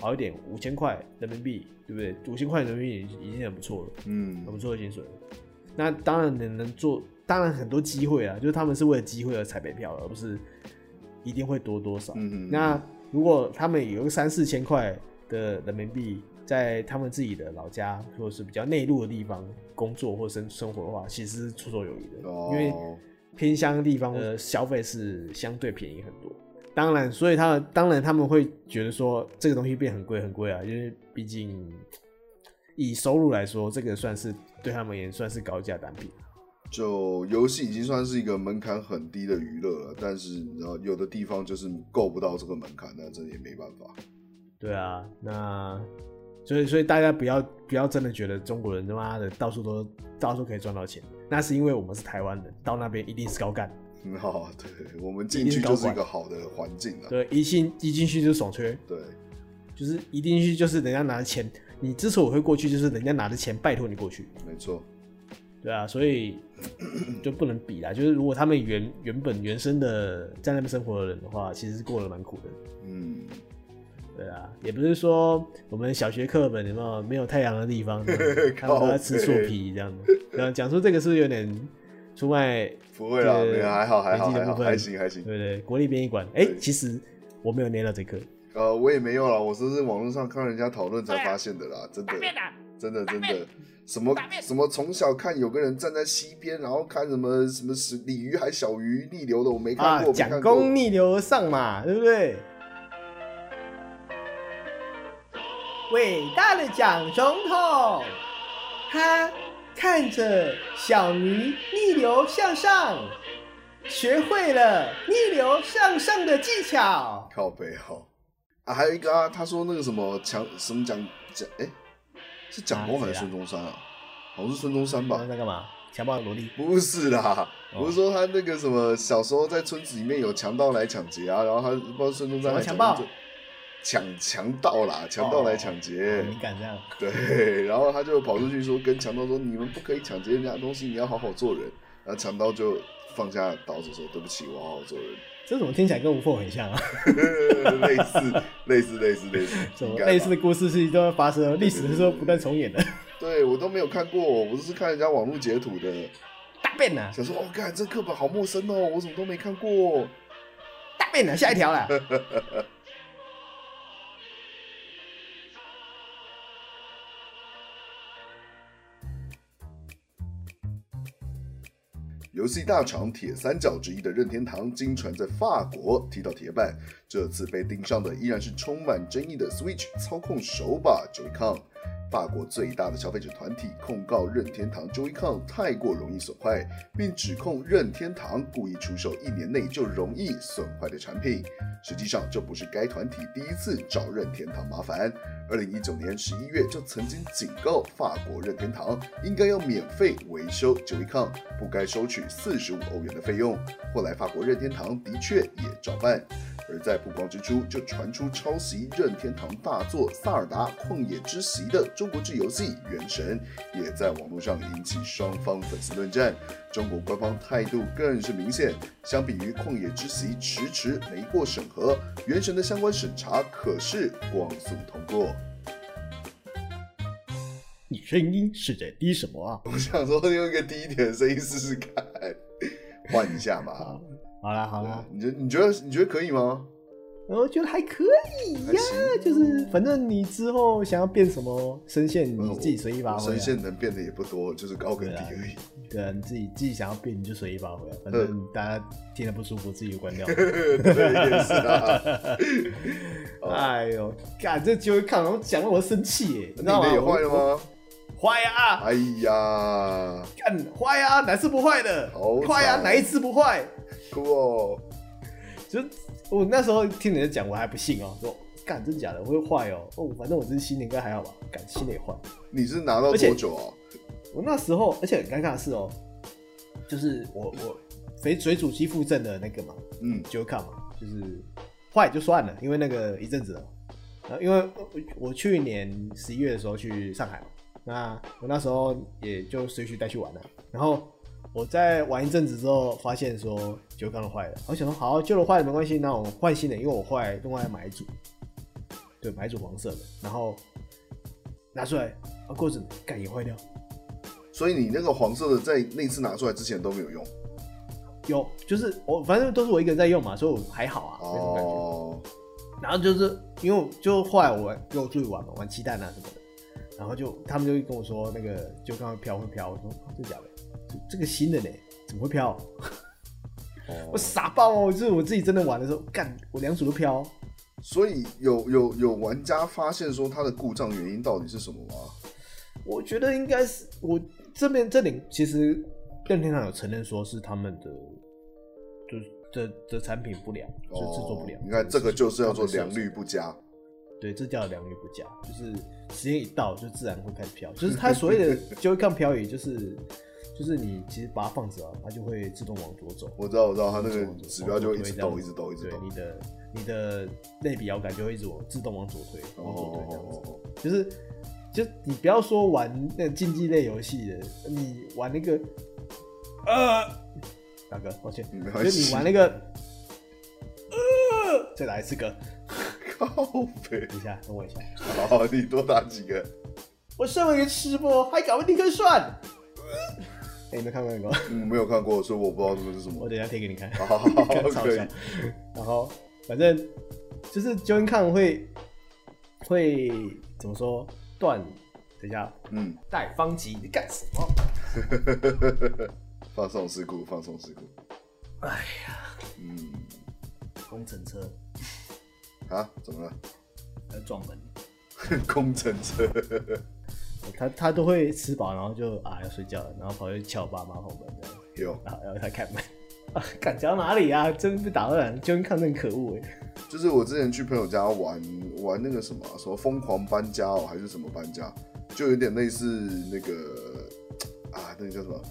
好一点，五千块人民币，对不对？五千块人民币已经很不错了，
嗯
很不错的薪水了。那当然能能做，当然很多机会啊，就是他们是为了机会而踩北漂，而不是一定会多多少。
嗯，
那如果他们有个三四千块的人民币，在他们自己的老家或者是比较内陆的地方工作或生生活的话，其实是绰绰有余的，
哦，
因为偏乡地方的消费是相对便宜很多。当然，所以他们当然他们会觉得说这个东西变很贵很贵啊，因为毕竟以收入来说，这个算是对他们也算是高价单品。
就游戏已经算是一个门槛很低的娱乐了，但是你知道有的地方就是够不到这个门槛，那真的也没办法。
对啊，那所以所以大家不要不要真的觉得中国人他妈的到处都到处可以赚到钱，那是因为我们是台湾人，到那边一定是高干，
嗯，好，对，我们进去就是一个好的环境了。
对，一进一进去就是爽缺，
对，
就是一进去就是人家拿着钱，你之所以会过去，就是人家拿着钱拜托你过去，
没错，
对啊，所以就不能比啦。就是如果他们原原本原生的在那边生活的人的话，其实是过得蛮苦的。
嗯，
对啊，也不是说我们小学课本有没有没有太阳的地 方，他们都在吃树皮这样子。然后讲出这个是不是有点出卖，
不会啦，
这个
没有，还好，还好，
年纪
还
的
好，
部分
还行，还行
对。不对？国立编译馆，哎、
对
其实我没有念到这课，
呃，我也没有啦，我是在网络上看人家讨论才发现的啦，真的，真的，真的，什么什么从小看有个人站在溪边，然后看什么什么是鲤鱼还小鱼逆流的，我没看
啊
过，，我没
讲
看过
功逆流而上嘛，对不对？伟大的蒋总统，他看着小鱼逆流向上，学会了逆流向上的技巧。
靠背好啊，还有一个啊，他说那个什么强什么蒋蒋，哎、是蒋公还是孙中山啊？好像是孙中山吧？
在干嘛？强暴萝莉？
不是啦，
哦
我是说他那个什么小时候在村子里面有强盗来抢劫啊，然后他不知道孙中山还
什么强暴
抢强盗啦，强盗来抢劫，
你哦敢这样？
对，然后他就跑出去说跟强盗说你们不可以抢劫人家的东西，你要好好做人。然后强盗就放下刀子说对不起，我好好做人，
这怎么听起来跟无缝很像啊？
类 似类似类似类似，
怎么
应该吧
类似的故事是一段发生，历史是说不断重演的。
对我都没有看过，我是看人家网络截图的，
大便啊呐，
想说哦，看这课本好陌生哦，我怎么都没看过。
大便啊呐，下一条 啦。
游戏大厂铁三角之一的任天堂，经传在法国踢到铁板。这次被盯上的依然是充满争议的 Switch 操控手把 Joy-Con。法国最大的消费者团体控告任天堂 Joy-Con 太过容易损坏，并指控任天堂故意出售一年内就容易损坏的产品。实际上，这不是该团体第一次找任天堂麻烦。二零一九年十一月就曾经警告法国任天堂应该要免费维修 Joy-Con，不该收取四十五欧元的费用。后来法国任天堂的确也照办。而在曝光之初，就传出抄袭任天堂大作《萨尔达旷野之息》的中国制游戏《原神》，也在网络上引起双方粉丝论战。中国官方态度更是明显，相比于《旷野之息》迟迟没过审核，《原神》的相关审查可是光速通过。
你声音是在滴什么啊？
我想说用一个低一点的声音试试看，换一下嘛。
好啦好啊
对
啦，
你觉你觉得你觉得可以吗？
然后觉得还可以
还
呀，
行
就是反正你之后想要变什么声线，
嗯
你
我
自己随意发
我
挥、
声
啊。
线能变得也不多，就是高跟低而已。
对啊，你自己自己想要变你就随意发挥、啊，反
嗯
正大家听得不舒服自己就关掉。
对，也是 啊。嗯
哎呦，干这就会看，我讲了我生气耶，你
你
知道吗？
的也坏了
啊我？
吗？
我坏啊！
哎呀，
干坏啊！哪次不坏的
好？惨
坏啊！哪一次不坏？
酷哦！
就我那时候听人家讲，我还不信哦，说干真假的我会坏哦。哦，反正我这新年应该还好吧？干新年也坏。
你是拿到多久啊？
我那时候，而且很尴尬的是哦，就是我我水水煮鸡附赠的那个嘛，
嗯，
就看嘛，就是坏就算了，因为那个一阵子了。然后因为我我去年十一月的时候去上海嘛，那我那时候也就随徐带去玩了。然后我在玩一阵子之后，发现说酒缸的坏了，我想说好旧的坏了没关系，那我换新的，因为我坏另外买一组，对，买一组黄色的，然后拿出来，啊过阵子干也坏掉，
所以你那个黄色的在那次拿出来之前都没有用
有就是我反正都是我一个人在用嘛，所以我还好啊，没什么感觉。
哦。
然后就是因为我就后来我跟我助理玩嘛，玩鸡蛋啊什么的，然后就他们就跟我说那个就刚刚飘会飘，我说真的假的？这这个新的呢，怎么会飘？我
哦
傻爆哦！就是我自己真的玩的时候，干我两组都飘，
所以有有有玩家发现说它的故障原因到底是什么吗？
我觉得应该是我这边这点其实任天堂有承认说是他们的就是的的产品不良，就制作不良。
哦哦你看这个就是要做良率不佳，
对，这叫良莠不佳，就是时间一到就自然会开始飘， 就是它所谓的就会看漂移，就是就是你其实把它放着啊，它就会自动往左走。
我知道，我知道，它那个
往左走
指标就会一直
往
抖，一直
左
抖，
推
一直
这
抖
样。对，你的你的类比摇杆就会一直往自动往左推，
哦
往左推这样子。
哦，
就是就你不要说玩那竞技类游戏的，你玩那个呃，大哥，抱歉，
嗯没
就
关系。
是你玩那个呃，再来一次歌，
靠北，
等一下，等我一下。
好，你多打几个？
我身为一个吃播，还敢问你根蒜？ 哎、你没看过那个？
嗯，没有看过，所以我不知道那个是什
我
么。
等一下贴给你看。
好，
看超
可以
像。然后反正就是 j o n 看会会怎么说断？等一下，
嗯，
带方吉，你干什么？
放松事故，放松事故。哎呀，嗯，
工程车
啊，怎么了？
要撞门，
工程车，
他他都会吃饱，然后就啊要睡觉了，然后跑去敲我爸妈后门，这样
有，
然后然后他开门。 啊，敢讲到哪里啊？真被打乱，就看真可恶哎！
就是我之前去朋友家玩玩那个什么啊什么疯狂搬家哦，还是什么搬家，就有点类似那个啊，那个叫什么，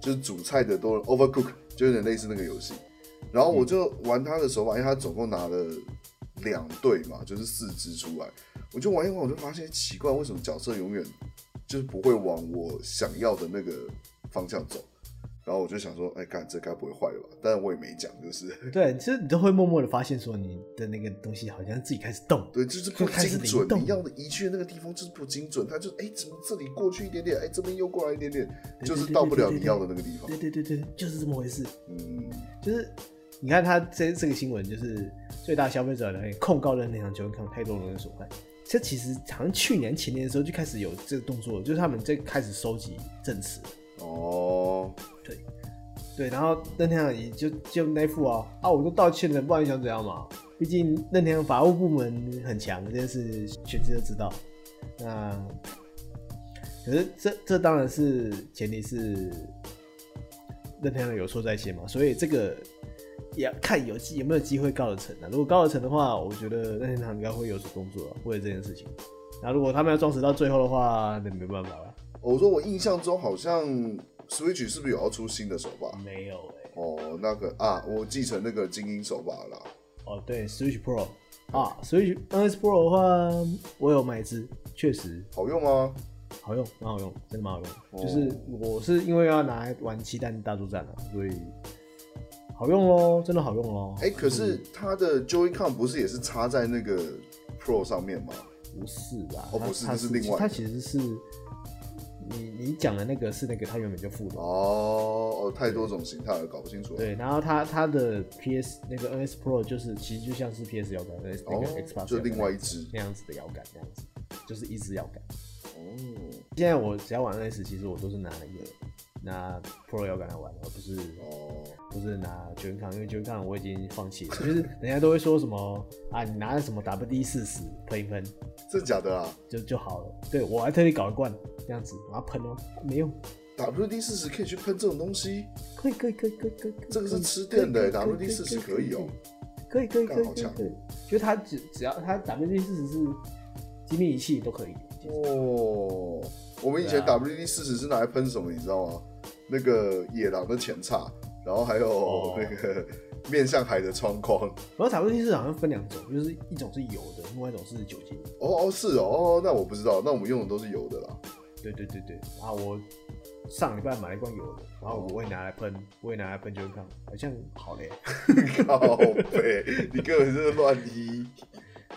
就是煮菜的都 overcook，就有点类似那个游戏。然后我就玩他的手法，因为他总共拿了两队嘛，就是四只出来，我就玩一玩，我就发现奇怪，为什么角色永远就是不会往我想要的那个方向走。然后我就想说，哎，干这该不会坏了吧？但我也没讲，就是。
对，其实你都会默默的发现，说你的那个东西好像自己开始动，
对，就是不
就开始
精准
灵。动
你要的移去的那个地方就是不精准，它就哎、怎么这里过去一点点，哎、这边又过来一点点，
对
就是
对
到
对
不
对
了
对
你
对
要的那个地方
对。对对对，就是这么回事。
嗯，
就是你看他这这个新闻，就是最大消费者来源控告任天堂球员太多人的损坏。这其实好像去年前年的时候就开始有这个动作了，就是他们在开始收集证词了。
哦，
对，然后任天堂也就就那副啊啊，我都道歉了，不然你想怎样嘛？毕竟任天堂法务部门很强，这件事全世界都知道。那可是这这当然是前提是任天堂有错在先嘛，所以这个也要看有机有没有机会告得成啊。如果告得成的话，我觉得任天堂应该会有所动作、啊，为了这件事情。然后如果他们要装死到最后的话，那没办法了，
我说我印象中好像呃 Switch 是不是有要出新的手把？
没有哎、
哦，那个啊，我继承那个精英手把啦。
哦，对，Switch Pro 啊，Switch NS Pro 的话，我有买一支，确实
好用吗？
好用，蛮好用，真的蛮好用。
哦
就是我是因为要拿来玩《七弹大作战》啊，所以好用咯，真的好用咯。
哎、可是它的 Joy-Con 不是也是插在那个 Pro 上面吗？
不是啦，
哦
它
不是
它
这是另外的
它其实是你你讲的那个是那个它原本就附的。
哦，哦，太多种形态了，搞不清楚了。
对，然后它它的 PS 那个 NS Pro 就是其实就像是 PS 摇杆，那个
哦
Xbox
就
摇杆
另外一只
那样子的摇杆，那样子就是一只摇杆。
哦，
现在我只要玩 NS，其实我都是拿那个拿 Pro 摇杆来玩，而不是
哦，
不是拿 j o n 因为 j o n 我已经放弃了。就是人家都会说什么啊，你拿什么 WD 四十喷一喷
真的假的啊？
就就好了。对我还特地搞一罐这样子，然后喷哦，没用，
WD 四十可以去喷这种东西，
可以可以可以可以可以，可以
这个是吃电的
可以可以
WD 四十可以哦。
可以可以可以
干好
可以
强
可以，就它只只要它 WD 四十是精密仪器都可以。其实
哦，我们以前
对啊
WD 四十是拿来喷什么，你知道吗？那个野狼的前叉，然后还有
哦
那个面向海的窗框。
然后 WD 四好像分两种，就是一种是油的，另外一种是酒精的。
哦哦，是哦，哦那我不知道，那我们用的都是油的啦。
对对对对，然后我上礼拜买了一罐油的，然后我会拿来喷，我也拿来喷就看，好像好嘞，
靠背，你根本就是乱医。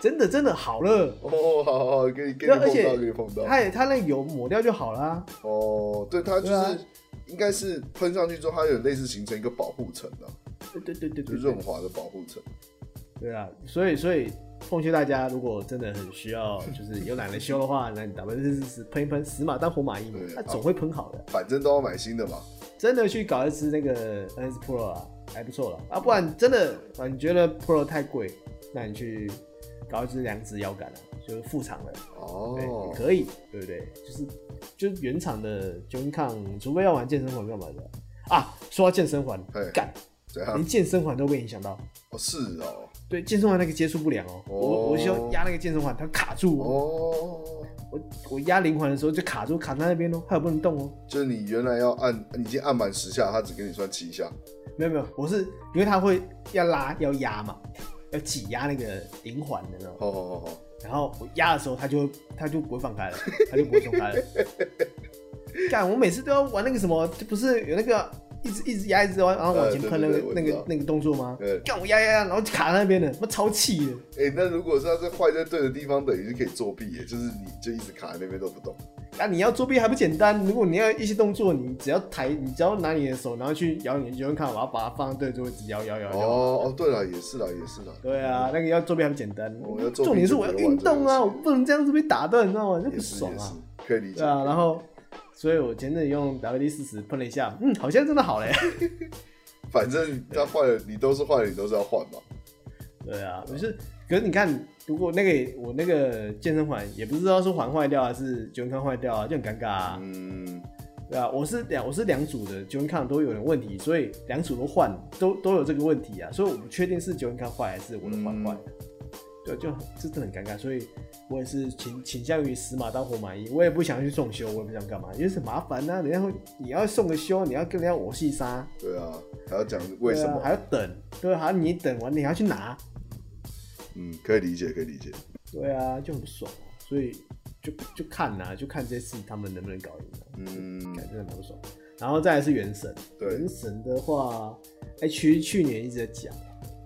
真的真的好了，
哦，好好，给你给你
对而啊
碰
且
到，给你碰到。
它也它那个油抹掉就好啦。
哦，对，它就
对啊
是应该是喷上去之后，它有类似形成一个保护层的，
对对对对
就是
对
润
对，
滑的保护层。
对啊，所以所以奉劝大家，如果真的很需要，就是有懒得修的话，那你打喷试试喷一喷，死马当活马医嘛
对，
它总会喷好的。
反正都要买新的嘛。
真的去搞一支那个 NS Pro 啊，还不错了啊，不然真的啊，你觉得 Pro 太贵，那你去搞一支两指摇杆啊，就是副厂的。对，
哦
也，可以，对不对？就是就是原厂的 j o n c o n 除非要玩健身环干嘛的啊。说到健身环
嘿，
干，
怎样
连？健身环都被影响到。
哦，是哦，
对，健身环那个接触不良哦，我我需要
哦
压那个健身环，它卡住哦，
哦，
我我压灵环的时候就卡住，卡在那边哦，它也不能动哦。
就是你原来要按，你已经按满十下，他只给你算七下。
没有没有，我是因为它会要拉要压嘛，要挤压那个灵环的那种，
好好好好，
然后我压的时候，它就它就不会放开了， 它就不会松 开了。干，我每次都要玩那个什么，就不是有那个一直一直压一直玩，然后往前喷那个、
呃对对
那
对我知道
个那个动作吗？
对，
干我压压压，然后就卡在那边了，我超气的。
哎、那如果是他是坏在对的地方，等于是可以作弊耶，就是你就一直卡在那边都不动。
啊，你要作弊还不简单？如果你要一些动作，你只要抬，你只要拿你的手，然后去摇你的游泳卡，我要把它放在对的桌子，摇摇摇摇。
哦哦，对了，也是啦，也是啦。
对啊，那个要作弊还不简单
我要？作弊
重点是我要运动啊，
就
我
不要玩这个游戏
不能这样子被打断，你知道吗？就
也
不
是
爽
也是
啊。，
可以理解。
对啊，然后，所以我前阵子用 WD 四十喷了一下，嗯，好像真的好嘞。
反正他坏了，你都是坏了，你都是要换嘛。
对啊，可是可是你看，如果那个我那个健身环也不知道是环坏掉还是九康坏掉啊，就很尴尬啊。
嗯，
对啊，我是两我是两组的九人康都有点问题，所以两组都换，都都有这个问题啊，所以我不确定是九人康坏还是我的环坏，对，就这真的很尴尬，所以我也是倾倾向于死马当活马医，我也不想去送修，我也不想干嘛，因为是麻烦呐、啊，人家会你要送个修，你要跟人家我细杀，
对啊，还要讲为什
对
么？
啊还要等，对、啊，还要你等完你还要去拿，
嗯，可以理解，可以理解。
对啊，就很不爽、啊，所以就就看呐、就看这次他们能不能搞赢、啊。
嗯，
感真的蛮不爽。然后再来是原神，
对
原神的话，哎、其实去年一直在讲，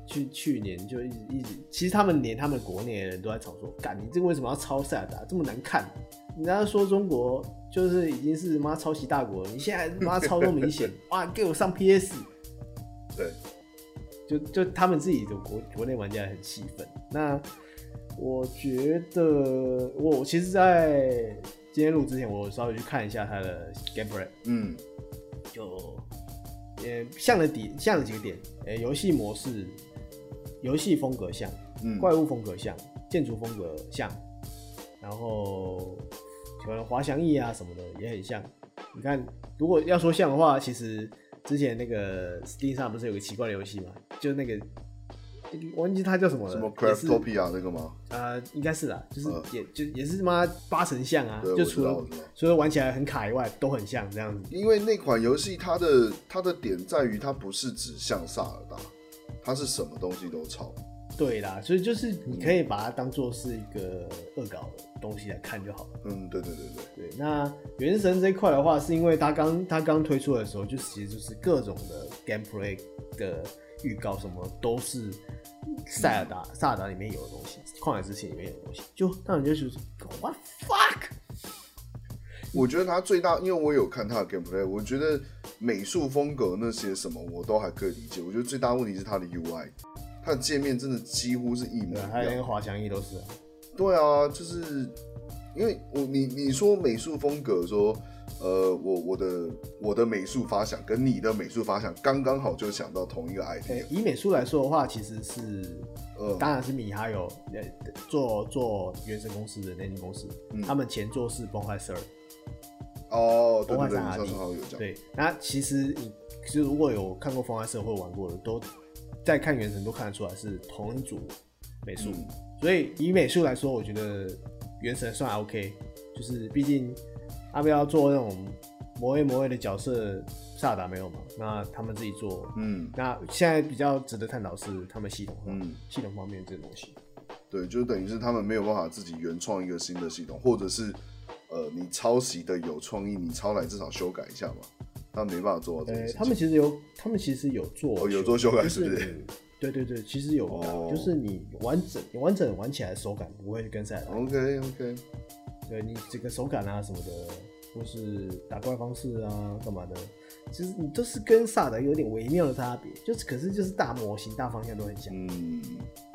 去去年就一直一直，其实他们连他们国内的人都在吵说，干你这个为什么要抄塞尔达这么难看？人家说中国就是已经是妈抄袭大国了，你现在妈抄那么明 显，哇，给我上 PS，
对，
就就他们自己的国国内玩家也很气愤。那我觉得我我其实，在今天录之前，我稍微去看一下他的 gameplay，
嗯，
就也呃像了底像了几个点，呃、游戏模式、游戏风格像，
嗯
怪物风格像，建筑风格像，然后可能滑翔翼啊什么的也很像。你看，如果要说像的话，其实之前那个 Steam 上不是有个奇怪的游戏嘛，就是那个忘记它叫什么了，
什么
也是
Craftopia 那个吗？
呃，应该是啦，就是
嗯
也、就也是妈八成像啊，
对，
就
我知
除
道，
了
我知道。
除了玩起来很卡以外，都很像这样子。
因为那款游戏它的它的点在于它不是指向萨尔达，它是什么东西都抄。
对啦，所以就是你可以把它当做是一个恶搞的东西来看就好了。
嗯，对对对对，
对，那《原神》这一块的话，是因为它刚它刚推出的时候，就其实就是各种的 gameplay 的预告，什么都是塞尔达塞尔达里面有的东西，旷野之心里面有的东西，就让人就觉得 what the fuck，
我觉得它最大，因为我有看它的 gameplay，我觉得美术风格那些什么我都还可以理解。我觉得最大问题是它的 UI，它的界面真的几乎是一模
对啊，还有
一
那个
样。
滑翔翼都是啊，
对啊，就是因为我你你说美术风格说。呃，我我的我的美术发想跟你的美术发想刚刚好就想到同一个 idea，
呃，以美术来说的话，其实是，
嗯
当然是米哈游呃做做原神公司的那间公司，
嗯
他们前作是崩坏十二，
哦，对
崩
对
坏三 R
对，你上次
D
好像有讲，
对，那其实你其实如果有看过崩坏十二或者玩过的，都在看原神都看得出来是同一组美术，
嗯
所以以美术来说，我觉得原神算 OK，就是毕竟阿彪做那种魔位魔位的角色，萨尔达没有嘛，那他们自己做。
嗯
那现在比较值得探讨是他们系统上
嗯，
系统方面这个东西。
对，就是等于是他们没有办法自己原创一个新的系统，或者是呃，你抄袭的有创意，你抄来至少修改一下嘛，他没办法做到这
呃
件，事
他
情。
们其实有，他们其实有做、
哦有做修改
就是
不是
你？对对对，其实有改，
哦
就是你完整你完整玩起来的手感不会跟赛达，
OK OK，
对你整个手感啊什么的，或是打怪方式啊干嘛的，其实你都是跟萨达有点微妙的差别，就是可是就是大模型大方向都很像，
嗯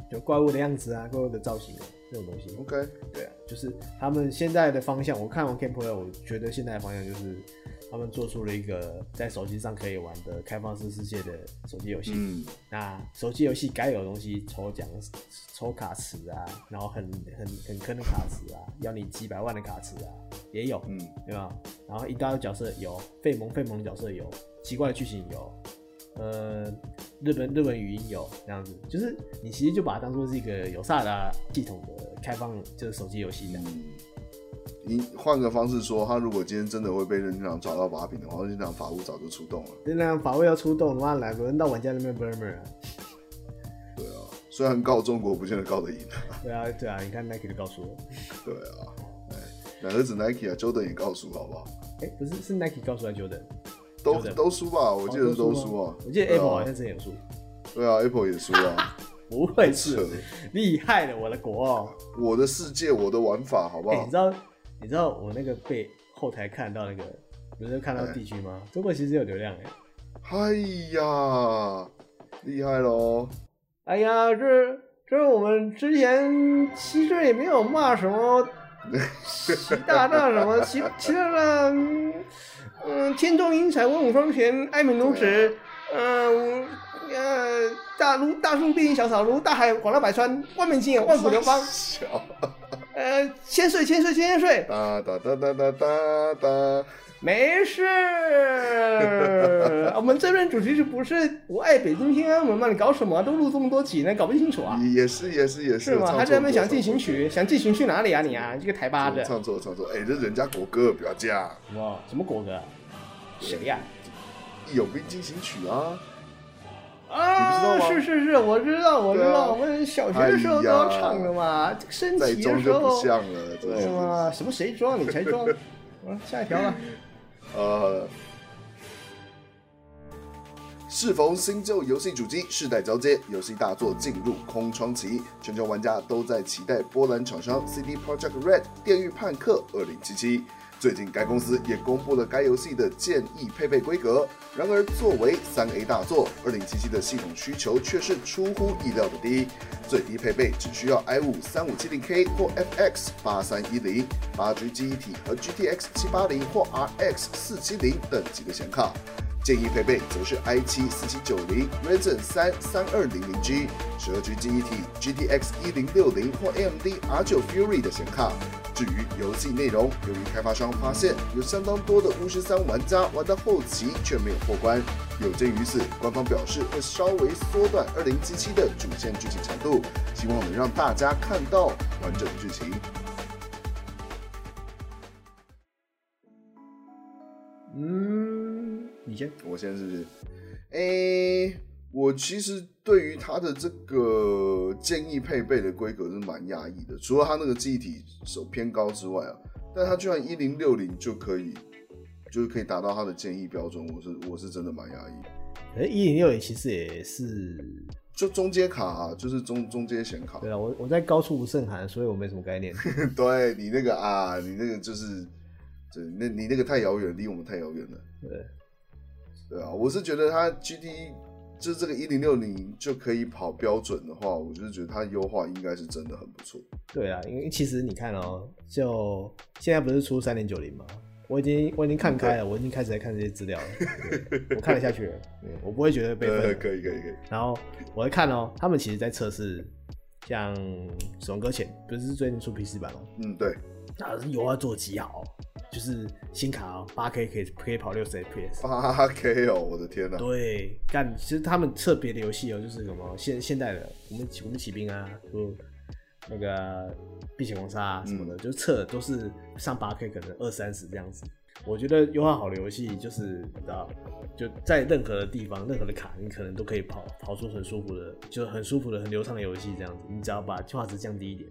就怪物的样子啊，怪物的造型啊这种东西。
，OK，
对啊，就是他们现在的方向，我看完 Gameplay，我觉得现在的方向就是他们做出了一个在手机上可以玩的开放式世界的手机游戏。
嗯
那手机游戏该有的东西，抽奖、抽卡池啊，然后很很很坑的卡池啊，要你几百万的卡池啊，也有，
嗯，
对吧？然啊后一大堆角色有，费萌费萌的角色有，奇怪的剧情有，呃，日本日本语音有这样子，就是你其实就把它当做是一个有萨达系统的开放，就是手机游戏这样。
嗯你换个方式说，他如果今天真的会被任天堂抓到把柄的话，任天堂法务早就出动了。
那样法位要出动的话，来轮到玩家那边 murmur 啊，
对啊，虽然告中国不见得告得赢啊。
对啊对啊，你看 Nike 就告诉我，
对啊，哎，哪儿子 Nike 啊，Jordan 也告诉好不好？
哎、不是是 Nike 告诉他 Jordan，
都
Jordan
都输吧，我记得
哦
是都输
吗
啊。
我记得 Apple 好
对
像
啊，
之前有输，
对啊，Apple 也输 啊。
不会
扯
是厉害了我的国哦。
我的世界，我的玩法，好不
哎、
好
你知？道你知道我那个被后台看到那个，不是看到地区吗？中国其实有流量哎、
哎呀，厉害喽！，
哎呀，这这我们之前其实也没有骂什么习大大什 么，习习大大，嗯嗯，天纵英才，文武双全，爱民如子，嗯呃，大如大树必迎小草如，大海广纳百川，万民津也万古流 芳
小
呃，千岁千岁千岁，
哒哒哒哒哒哒哒，
没 事儿，我们这边主题是不是我爱北京天安门嘛？你搞什么？都录这么多集呢，搞不清楚啊！
也也是也是也是
是吗？还在那边想进行曲，想进行去哪里啊你啊？这个台巴的，
唱错唱错，哎，这人家国歌不要这样，
哇，什么国歌啊？谁呀？
义勇兵进行曲啊！
啊，
你不知道吗
是是是，我知道，我知
对啊
道，我们小学的时候都要唱的嘛，这个升
再
旗的
装
时
就不
候，
像了，真
对
是
吗？什么谁装你才 装？嗯，下一条吧。
呃，适逢新旧游戏主机世代交接，游戏大作进入空窗期，全球玩家都在期待波兰厂商 CD Projekt Red《电狱判客2077》。最近该公司也公布了该游戏的建议配备规格。然而，作为三 A 大作，《2077》的系统需求却是出乎意料的低，最低配备只需要 i 5 3 5 7 0 K 或 FX 八三一零、八 G 记忆体和 GTX 七八零或 RX 四七零等级的显卡。建议配备则是 i 7 4 7 9 0 Ryzen 3 3 2 0 0 G、十二 G 记忆体、GTX 1 0 6 0或 AMD R9 Fury 的显卡。至于游戏内容，由于开发商发现有相当多的巫师三玩家玩到后期却没有过关，有鉴于此，官方表示会稍微缩短2077的主线剧情长度，希望能让大家看到完整的剧情。
嗯，你先。
我先是不是？诶、我其实对于它的这个建议配备的规格是蛮压抑的，除了它那个记忆体手偏高之外啊，但它居然一零六零就可以，就是可以达到它的建议标准，我是我是真的蛮压抑。
可是哎一零六零其实也是
就中阶卡、啊，就是中中阶显卡，
对啊，我我在高处不胜寒，所以我没什么概念。
对你那个啊，你那个就是，对，那你那个太遥远，离我们太遥远了。
对，
对啊，我是觉得它 GT 就是这个一零六零就可以跑标准的话，我就是觉得它优化应该是真的很不错。
对啊，因为其实你看哦、就现在不是出三零九零吗？我已经我已经看开了，我已经开始在看这些资料了，对我看得下去了，嗯，我不会觉得被分
呃，
了。
可以可以可以，
然后我会看哦、他们其实在测试，像《死亡搁浅》不是最近出 PC 版吗？哦
嗯，对，
那是有要做极好哦，就是新卡哦、八 K 可以可以跑六十 FPS。
八 K 哦，我的天呐、
对，干，其实他们特别的游戏哦，就是什么现现代的，我们我们骑兵啊，就那个碧血狂杀啊什么的，就测的都是上八 K，可能二三十这样子。我觉得优化好的游戏就是你知道，就在任何的地方、任何的卡，你可能都可以跑跑出很舒服的，就是很舒服的、很流畅的游戏这样子。你只要把画质降低一点，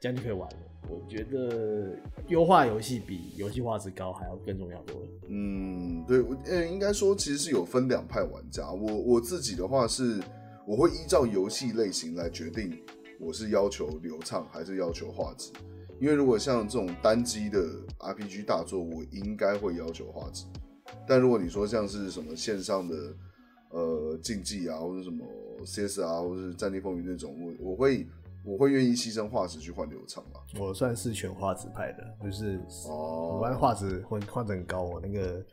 这样就可以玩了。我觉得优化游戏比游戏画质高还要更重要多了。
嗯，对，我呃，应该说其实是有分两派玩家。我我自己的话是，我会依照游戏类型来决定我是要求流畅还是要求画质。因为如果像这种单机的 RPG 大作，我应该会要求画质。但如果你说像是什么线上的呃竞技啊，或者什么 CS 啊，或者是战地风云那种，我我会我会愿意牺牲画质去换流畅吧。
我算是全画质派的，就是
哦
我玩画质混画质很高，我那个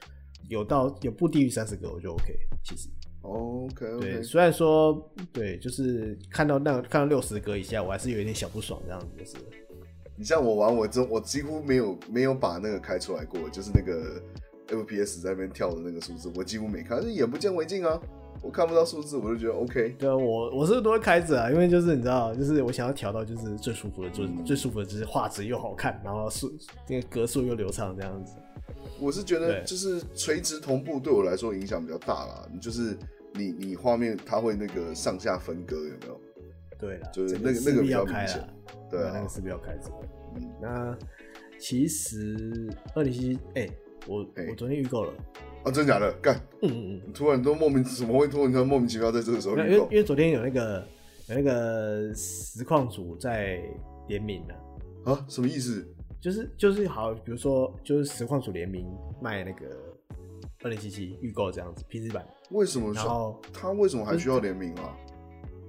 有到有不低于三十个我就 OK。其实
OK
对，
OK，
虽然说对，就是看到那看到六十格以下，我还是有一点小不爽这样子，就是
你像我玩，我真我几乎没有没有把那个开出来过，就是那个 FPS 在那边跳的那个数字，我几乎没开，但是眼不见为净啊。我看不到数字，我就觉得 OK。
对啊，我我是都会开着啊，因为就是你知道，就是我想要调到就是最舒服的，
嗯
最最舒服的，就是画质又好看，然后速那个格数又流畅这样子。
我是觉得
对
就是垂直同步对我来说影响比较大啦，就是你你画面它会那个上下分割有没有？
对了，
就是
这
那个
势
那个
必
比较
要
明
开
显
了，
对
那
啊
个，势必要开着。
嗯
那其实二零七七，哎，我
哎
我昨天预购了，
啊，真假的？干，
嗯嗯
你突然都莫名怎么会突然间莫名其妙在这个时候
嗯，没有
预
因为
购
因为昨天有那个有那个实况组在联名啊，
啊？什么意思？
就是就是好，比如说就是实况组联名卖那个二零七七预购这样子 PC 版，
为什么
然
上
后
他为什么还需要联名啊？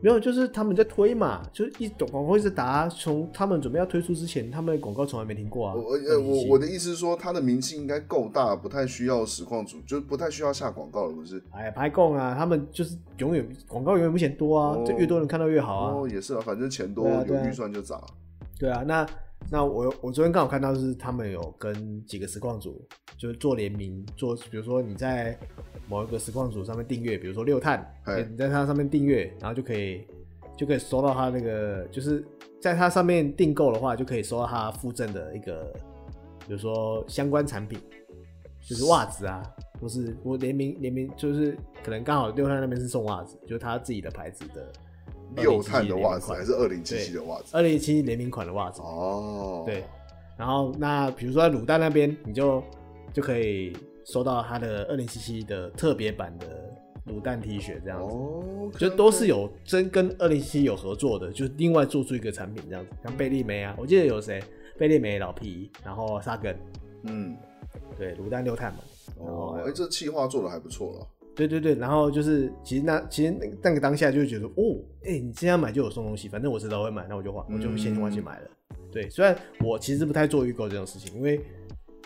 没有就是他们在推嘛，就是一种广告一直打，从他们准备要推出之前，他们的广告从来没停过啊。
我呃我
2077
我的意思是说，他的名气应该够大，不太需要实况组，就是不太需要下广告了，不是？
哎拍供啊，他们就是永远广告永远不嫌多啊
哦，
这、越多人看到越好啊。
哦，也是啊，反正钱多
对啊
有
对啊
预算就砸。
对啊，那那我我昨天刚好看到就是他们有跟几个实况组就是做联名，做比如说你在某一个实况组上面订阅，比如说六探
嘿，
你在它上面订阅，然后就可以就可以收到它那个就是在它上面订购的话，就可以收到它附赠的一个，比如说相关产品，就是袜子啊。或是我联名联名，就是可能刚好六探那边是送袜子，就是他自己的牌子的
六碳的袜子
2077
还是二零七七
对
的袜子？
二零一七联名款的袜子
哦，
对，然后那比如说在卤蛋那边，你就就可以收到它的二零七七的特别版的卤蛋 T 恤这样子，
哦，
就都是有真跟二零七七有合作的，就是另外做出一个产品这样子，像贝利梅啊，我记得有谁，贝利梅、老皮，然后沙根，
嗯，
对，卤蛋六碳嘛，然后
哦
还，有
哎，这气话做的还不错了。
对对对，然后就是其实那其实那个那个当下就会觉得，哦，哎、你这样买就有送东西，反正我知道会买，那我就花，我就会先花去买了。对，虽然我其实不太做预购这种事情，因为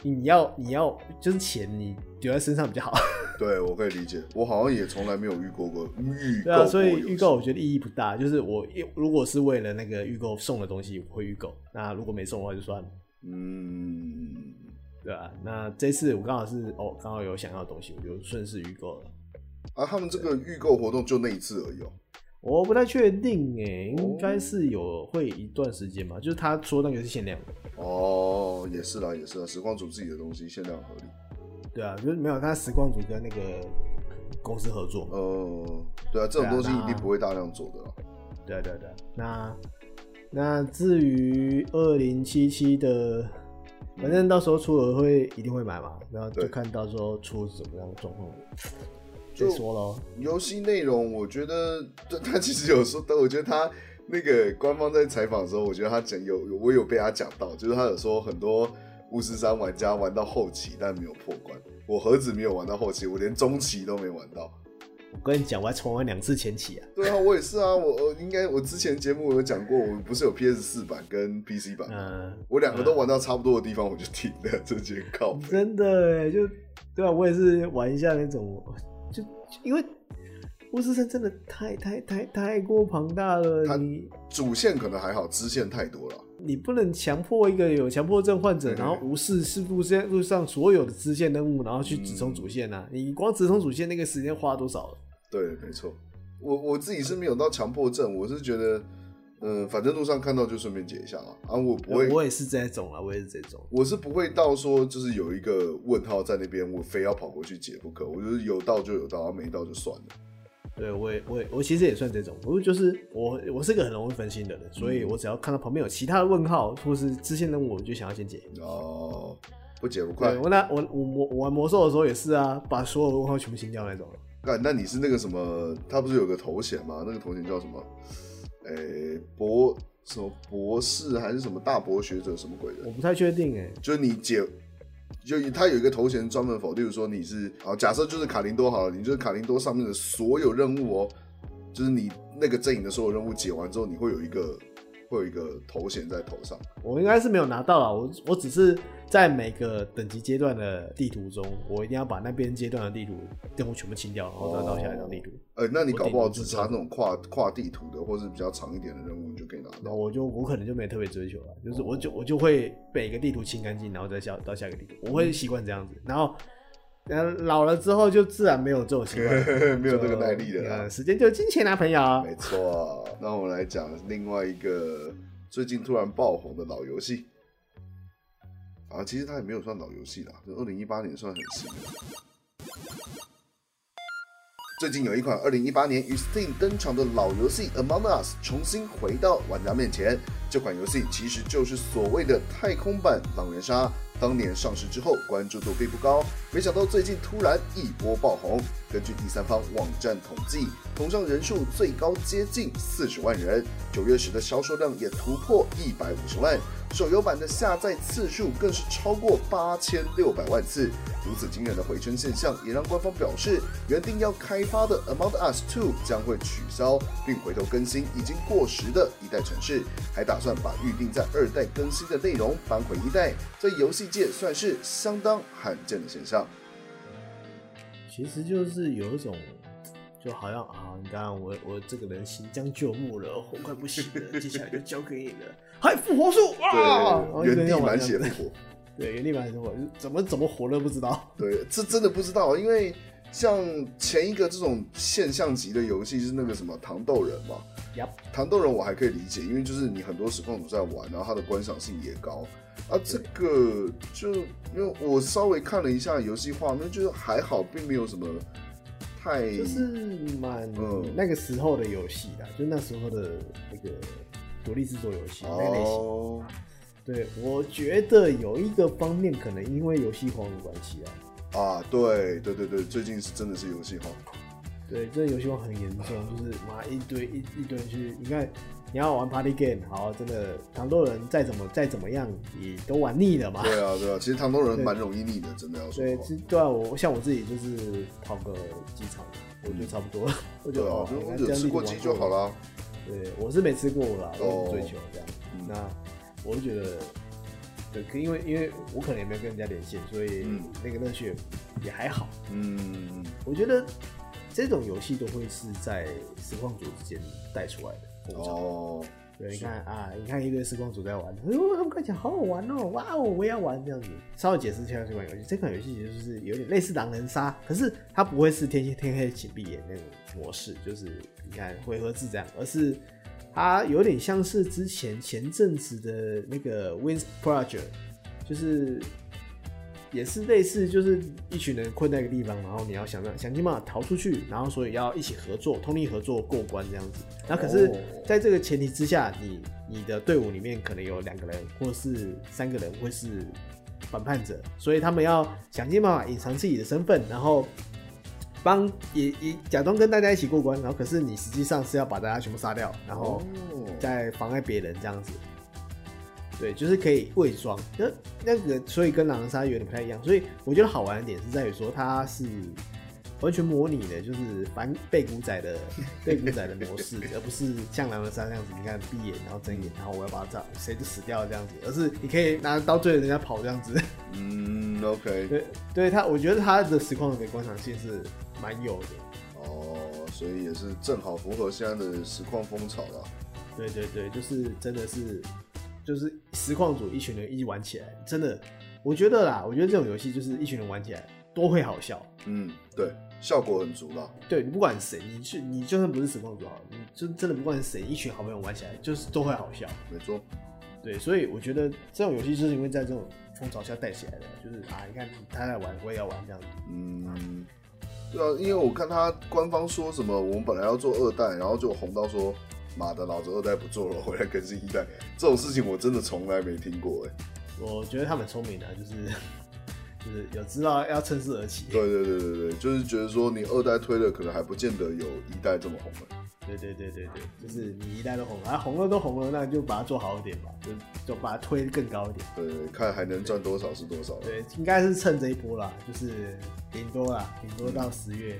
你要你要就是钱你留在身上比较好，
对，我可以理解，我好像也从来没有遇过过预
对
购过
啊，所以
有
预购我觉得意义不大。就是我如果是为了那个预购送的东西，我会预购；那如果没送的话就算了。
嗯，
对啊，那这次我刚好是哦，刚好有想要的东西，我就顺势预购了。
啊，他们这个预购活动就那一次而已哦。
我不太确定诶，应该是有会一段时间吧，就是他说那个是限量的，
哦，也是啦，也是啦，实况组自己的东西限量合理。
对啊，就是没有他时光组跟那个公司合作嘛，
呃，对啊，这
对
种
啊
东西一定
那
不会大量做的啦。
对啊对啊对啊。那那至于二零七七的，反正到时候出了会一定会买嘛，然后就
对
看到时候出什么样的状况再
就
说喽。
游戏内容，我觉得 这他其实有时候，但我觉得他那个官方在采访的时候，我觉得他讲有有我有被他讲到，就是他有说很多巫师三玩家玩到后期但没有破关，我何止没有玩到后期，我连中期都没玩到。
我跟你讲，我还重玩两次前期啊，
对啊，我也是啊， 我我应该我之前节目有讲过，我不是有 PS 四版跟 PC 版，
嗯、
我两个都玩到差不多的地方我就停了，这节靠背。
真的哎，就对啊，我也是玩一下那种，就因为巫师三真的太太太太过庞大
它
了，你
主线可能还好，支线太多了。
你不能强迫一个有强迫症患者，
对
然后无视是路线路上所有的支线任务，然后去直冲主线啊！你光直冲主线那个时间花多少了？
对，没错。我我自己是没有到强迫症，我是觉得，嗯、反正路上看到就顺便解一下啊。啊，我不会，
呃我也是这种啊，我也是这种。
我是不会到说就是有一个问号在那边，我非要跑过去解不可。我就是有到就有到，啊、没到就算了。
对我也我也我其实也算这种，我就是我我是个很容易分心的人，
嗯
所以我只要看到旁边有其他的问号或是支线任务，我就想要先解。
哦，不解不快
对。我那我我魔我玩魔兽的时候也是啊，把所有的问号全部清掉那种。
干，那你是那个什么？他不是有个头衔吗？那个头衔叫什么？诶、博什么博士还是什么大博学者什么鬼的
我？不太确定哎、
就是你解，就他有一个头衔专门否，例如说你是啊，假设就是卡林多好了，你就是卡林多上面的所有任务哦，就是你那个阵营的所有任务解完之后，你会有一个会有一个头衔在头上。
我应该是没有拿到啦，我我只是在每个等级阶段的地图中，我一定要把那边阶段的地图任务全部清掉，然后再到下一张地图。
呃，那你搞不好
我顶多
只
就
差那
这
种跨跨地图的，或是比较长一点的任务，你就可以拿
然
到，
后。我就我可能就没特别追求了，就是我就我就会每个地图清干净，然后再下到下一个地图，我会习惯这样子。然后呃，老了之后就自然没有这种习惯
没有这个耐力了啦
就呃时间就是金钱啊，朋友。
没错，那我们来讲另外一个最近突然爆红的老游戏。啊，其实它也没有算老游戏啦，这二零一八年算很新的。最近有一款二零一八年于 Steam 登场的老游戏《Among Us》重新回到玩家面前。这款游戏其实就是所谓的太空版狼人杀。当年上市之后，关注度并不高，没想到最近突然一波爆红。根据第三方网站统计，同上人数最高接近四十万人，九月时的销售量也突破一百五十万，手游版的下载次数更是超过八千六百万次。如此惊人的回春现象，也让官方表示，原定要开发的《Among Us 2》将会取消，并回头更新已经过时的一代城市，还打算把预定在二代更新的内容搬回一代，在游戏界算是相当罕见的现象。
其实就是有一种，就好像啊，你看我我这个人行将就木了，我快不行了，接下来就交给你了。还复活术啊！
对，原地满血复活。
对，原地满血复活，怎么怎么活的不知道。
对，这真的不知道，因为像前一个这种现象级的游戏是那个什么《糖豆人》嘛，
Yup
糖豆人》我还可以理解，因为就是你很多实况主在玩，然后它的观赏性也高。啊，这个就因为我稍微看了一下游戏画面，就是还好，并没有什么太
就是蛮
嗯
那个时候的游戏啦，就那时候的那个独立制作游戏那类型。
哦，
对，我觉得有一个方面可能因为游戏荒的关系啊，
啊，对对对对，最近是真的是游戏荒，
对，这游戏荒很严重，就是妈一堆一一堆人去，你看你要玩 party game，好，真的糖豆人再怎么再怎么样也都玩腻了嘛。
对啊对啊，其实糖豆人
对
蛮容易腻的，真的要说
对，
话
其对啊，我像我自己就是跑个几场，我觉得差不多了，我
嗯对
就
啊
哦，
就
那
有
这样
吃过
子
鸡
玩
就好啦。
对，我是没吃过啦，我
哦
不追求这样。
嗯
那我就觉得，对，可因为因为我可能也没有跟人家连线，所以
嗯
那个乐趣也也还好。
嗯，
我觉得这种游戏都会是在实况组之间带出来的。通常
哦，
对，你
是
看啊，你看一堆实况组在玩，哎呦，他们看起来好好玩哦，哇哦，我也要玩这样子。稍微解释一下这款游戏，这款游戏其实就是有点类似狼人杀，可是它不会是天天黑请闭眼那种模式，就是你看回合制这样，而是它有点像是之前前阵子的那个 Wins Project，就是也是类似，就是一群人困在一个地方，然后你要想让想尽办法逃出去，然后所以要一起合作，通力合作过关这样子。那可是
哦
在这个前提之下，你你的队伍里面可能有两个人或是三个人会是反叛者，所以他们要想尽办法隐藏自己的身份，然后帮也也假装跟大家一起过关，然后可是你实际上是要把大家全部杀掉，
哦
然后。
嗯
在妨碍别人这样子。对，就是可以伪装，那那个所以跟狼人杀有点不太一样，所以我觉得好玩的点是在于说它是完全模拟的，就是反被古仔的被古仔的模式，而不是像狼人杀那样子，你看闭眼然后睁眼，然后我要把它炸，谁就死掉了这样子，而是你可以拿刀追着人家跑这样子。
嗯，OK，
对，对他，我觉得他的实况的观赏性是蛮有的。
哦，所以也是正好符合现在的实况风潮了。
对对对，就是真的是，就是实况组一群人一起玩起来，真的，我觉得啦，我觉得这种游戏就是一群人玩起来都会好笑。
嗯，对，效果很足了。
对你不管谁，你去你就算不是实况组好了，你就真的不管是谁，一群好朋友玩起来就是都会好笑。
没错，
对，所以我觉得这种游戏就是因为在这种风潮下带起来的，就是啊，你看他在玩，我也要玩这样子。
嗯，对啊，因为我看他官方说什么，我们本来要做二代，然后就红到说，妈的，老子二代不做了，回来更新一代，这种事情我真的从来没听过哎。
我觉得他们聪明啊，就是 就是有知道要趁势而起。
对对对对对，就是觉得说你二代推了，可能还不见得有一代这么红了。
对对对对对，就是你一代都红了，啊红了都红了，那就把它做好一点吧，就就把它推更高一点。
对对，对看还能赚多少是多少了。
对，应该是趁这一波啦，就是顶多啦，顶多到十月、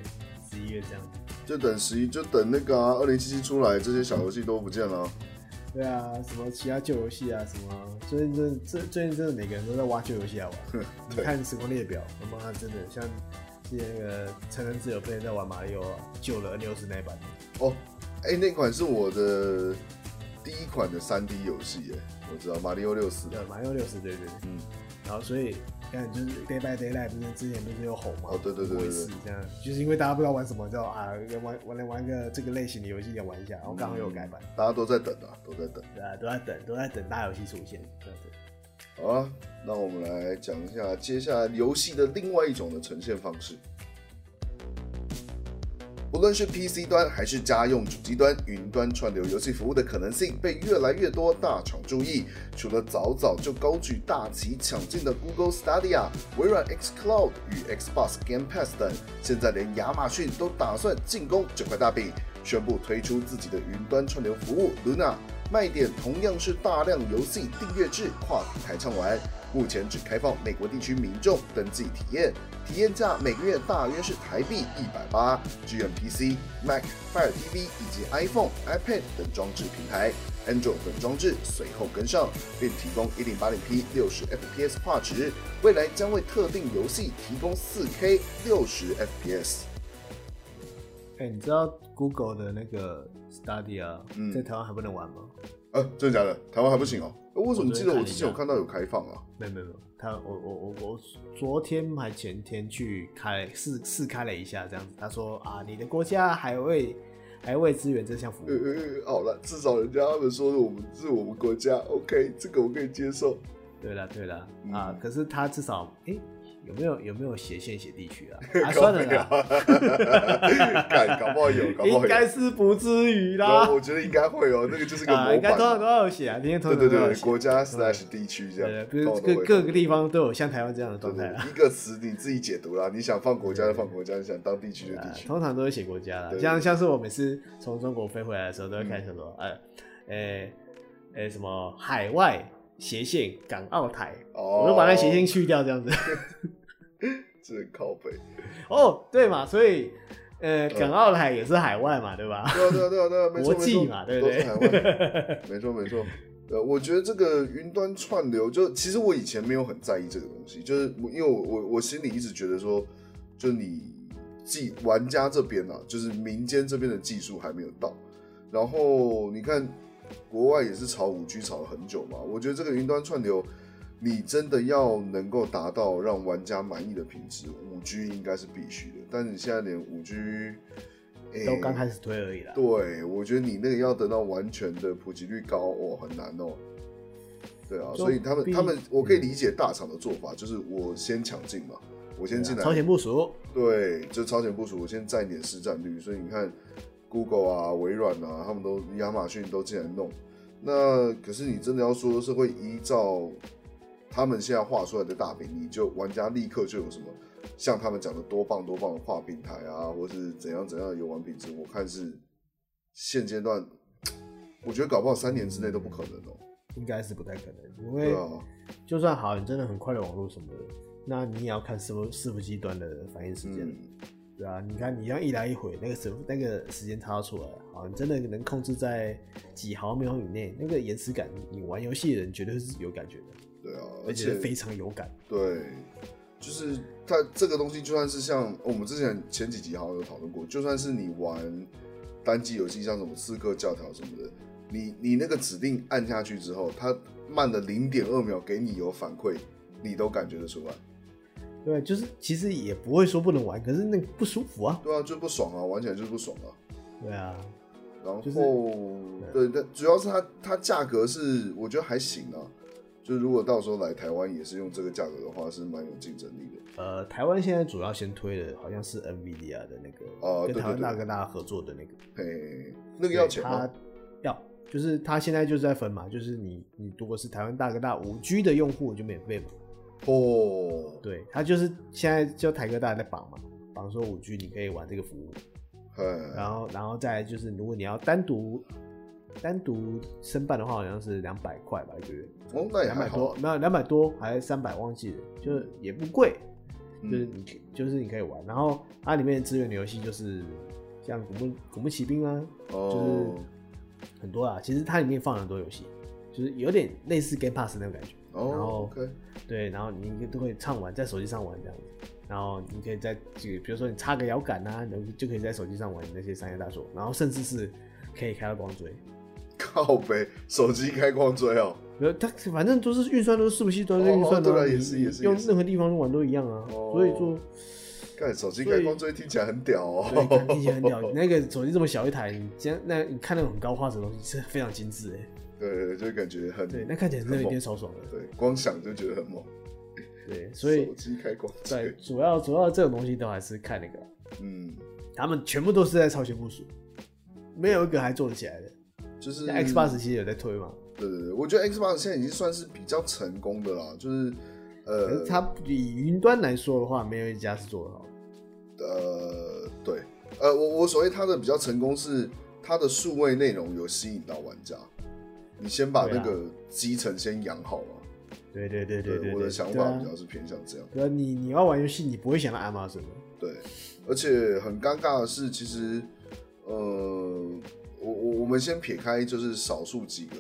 十一月这样。
就等十一，就等那个啊，二零七七出来，这些小游戏都不见了啊。
对啊，什么其他旧游戏啊，什么最近真的最最近真的每个人都在挖旧游戏来玩。你看时光列表，他妈真的像之前那个成人自由被人在玩马里奥啊旧了 N 六十那一版，
哦，哎、那款是我的第一款的三 D 游戏，哎，我知道《马里奥六四》
对，马里奥六十对对对。
嗯，
然后所以看就是 Day by Daylight 不是之前不是有红吗？
哦对对对对对
我也是这样，就是因为大家不知道玩什么，之后啊玩玩来玩个这个类型的游戏也玩一下，然后刚好又有改版，
大家都在等啊，都在等。
对啊，都在等都在等大游戏出现，对对。
好啊，那我们来讲一下接下来游戏的另外一种的呈现方式。无论是 PC 端还是家用主机端，云端串流游戏服务的可能性被越来越多大厂注意。除了早早就高举大旗抢进的 Google Stadia、微软 xCloud 与 Xbox Game Pass 等，现在连亚马逊都打算进攻这块大饼，宣布推出自己的云端串流服务 Luna。卖点同样是大量游戏订阅制跨平台畅玩，目前只开放美国地区民众登记体验，体验价每个月大约是台币一百八，支援 PC、Mac、Fire TV 以及 iPhone、iPad 等装置平台，Android 等装置随后跟上，并提供一零八零 P 六十 FPS 画质，未来将为特定游戏提供四 K 六十 FPS。
哎、你知道 Google 的那个 Stadia、
嗯
在台湾还不能玩吗？
呃、真的假的？台湾还不行哦？呃为什么
我昨天
记得
看
我
了
之
一
前有
下
看到有开放啊？
没有没有没有，他我我我我昨天还前天去开试试开了一下，这样子，他说啊，你的国家还未还未支援这项服务，
呃呃，呃好了，至少人家他们说的我们是我们国家，OK，这个我可以接受。
对啦对啦、
嗯
啊，可是他至少哎、有没有有没有斜线写地 区啊？啊，算了啦，
看，搞不 好有，搞不好
应
有。
该是不至于啦
有，我觉得应该 会哦，那个就是个
啊，
模
应该通常都
板。
要有写啊，今天通
对
常
对
都要
对，
有写
国家 slash 地区这
对，
样，
不是
通常都
各
会
各个地方都有像台湾这样的
对
状态啊
对
啦。
对，一个词你自己解读啦，你想放国家就放国家，你想当地区就
啊
地区。
通常都会写国家啦
对，
像像是我每次从中国飞回来的时候，都会看
嗯
什么，呃，诶、诶、什么海外斜线港澳台，
哦，
我就把那斜线去掉，这样子。
这靠北。
哦，对嘛，所以呃，港澳台也是海外嘛，对吧？
对啊对啊对啊对啊， 没
国
错
际
没
嘛，
错，
对不
都是海外。
对？
没错没错。呃，我觉得这个云端串流，就其实我以前没有很在意这个东西，就是我因为我我我心里一直觉得说，就你技玩家这边啊，就是民间这边的技术还没有到，然后你看国外也是炒五 G 炒了很久嘛，我觉得这个云端串流，你真的要能够达到让玩家满意的品质，五 G 应该是必须的，但是你现在连五 G、哎
都刚开始推而已啦。
对，我觉得你那个要得到完全的普及率高哦，很难哦。对啊，
就
所以他们
必
他们，我可以理解大厂的做法，就是我先抢进嘛，我先进来，
超前部署，
对，就超前部署，我先占一点市占率。所以你看，Google 啊、微软啊，他们都亚马逊都进来弄。那可是你真的要说是会依照他们现在画出来的大饼，你就玩家立刻就有什么像他们讲的多棒多棒的跨平台啊，或是怎样怎样的游玩品质，我看是现阶段，我觉得搞不好三年之内都不可能哦、
应该是不太可能，因
对
为
啊，
就算好，你真的很快的网络什么的，那你也要看伺服伺服器端的反应时间。
嗯，
对啊，你看你这样一来一回，那个时那个时间差出来，好，你真的能控制在几毫秒以内，那个延迟感，你玩游戏的人绝对是有感觉的，
对啊，
而
而
且
且
非常有感。
对，就是它这个东西，就算是像我们之前前几集好像有讨论过，就算是你玩单机游戏，像什么《刺客教条》什么的，你你那个指令按下去之后，它慢了零点二秒给你有反馈，你都感觉得出来。
对，就是其实也不会说不能玩，可是那个不舒服啊。
对啊，就不爽啊，玩起来就是不爽啊。
对啊，
然后、
就是
对，但主要是它它价格是我觉得还行啊。就如果到时候来台湾也是用这个价格的话，是蛮有竞争力的。
呃，台湾现在主要先推的好像是 NVIDIA 的那个，
哦
跟
对
台湾
对对
大哥大合作的那个，
嘿，那个要钱吗
他？要。就是他现在就是在分嘛，就是你你如果是台湾大哥大五 G 的用户就免费嘛，
哦，
对他就是现在就台哥大在绑嘛，绑说五 G 你可以玩这个服务，
嘿，
然后然后再来就是如果你要单独单独申办的话，好像是两百块吧一个月，
哦，那也
两
还
百
好
多，没有两百多还是三百忘记了，就是也不贵，
嗯
就是你可以就是你可以玩，然后它里面的资源的游戏就是像古墓古墓奇兵啊，
哦，
很多啊，其实它里面放了很多游戏，就是有点类似 Game Pass 那种感觉。然后
哦，OK，
对，然后你都可以畅玩，在手机上玩这样子。然后你可以在这个，比如说你插个摇杆啊，你就可以在手机上玩那些商业大作，然后甚至是可以开到光追。
靠北，手机开矿追哦。
没有，它反正都是运算，都是伺服器端在运算的、
哦哦对
啊
啊
你
也是也是
用
也是
任何地方玩都一样啊。
哦
所以说，
看手机
所以
开光追听起来很屌
对，看
哦。
听起来很屌。那个手机这么小一台，你这样那你看那种很高画质的东西是非常精致哎、
对，就感觉很
对，那看起来真的有点超爽的。
对，光想就觉得很猛。
对，所以
手机开光
对
追，，
主要主要这种东西都还是看那个，
嗯，
他们全部都是在超前部署，没有一个还做得起来的。
就是
那 X 八十其实有在推嘛，
对对对，我觉得 Xbox 现在已经算是比较成功的啦，就是
可
呃
是它以云端来说的话，没有一家是做得好的。
呃对呃，我我所谓它的比较成功是它的数位内容有吸引到玩家，你先把
对
那
啊
个基层先养好了。
对对对对对，
我的想
对
法
啊
比较是偏向这样。
对啊，你你要玩游戏，你不会想到 Amazon 的。
对，而且很尴尬的是，其实，呃，我我我们先撇开就是少数几个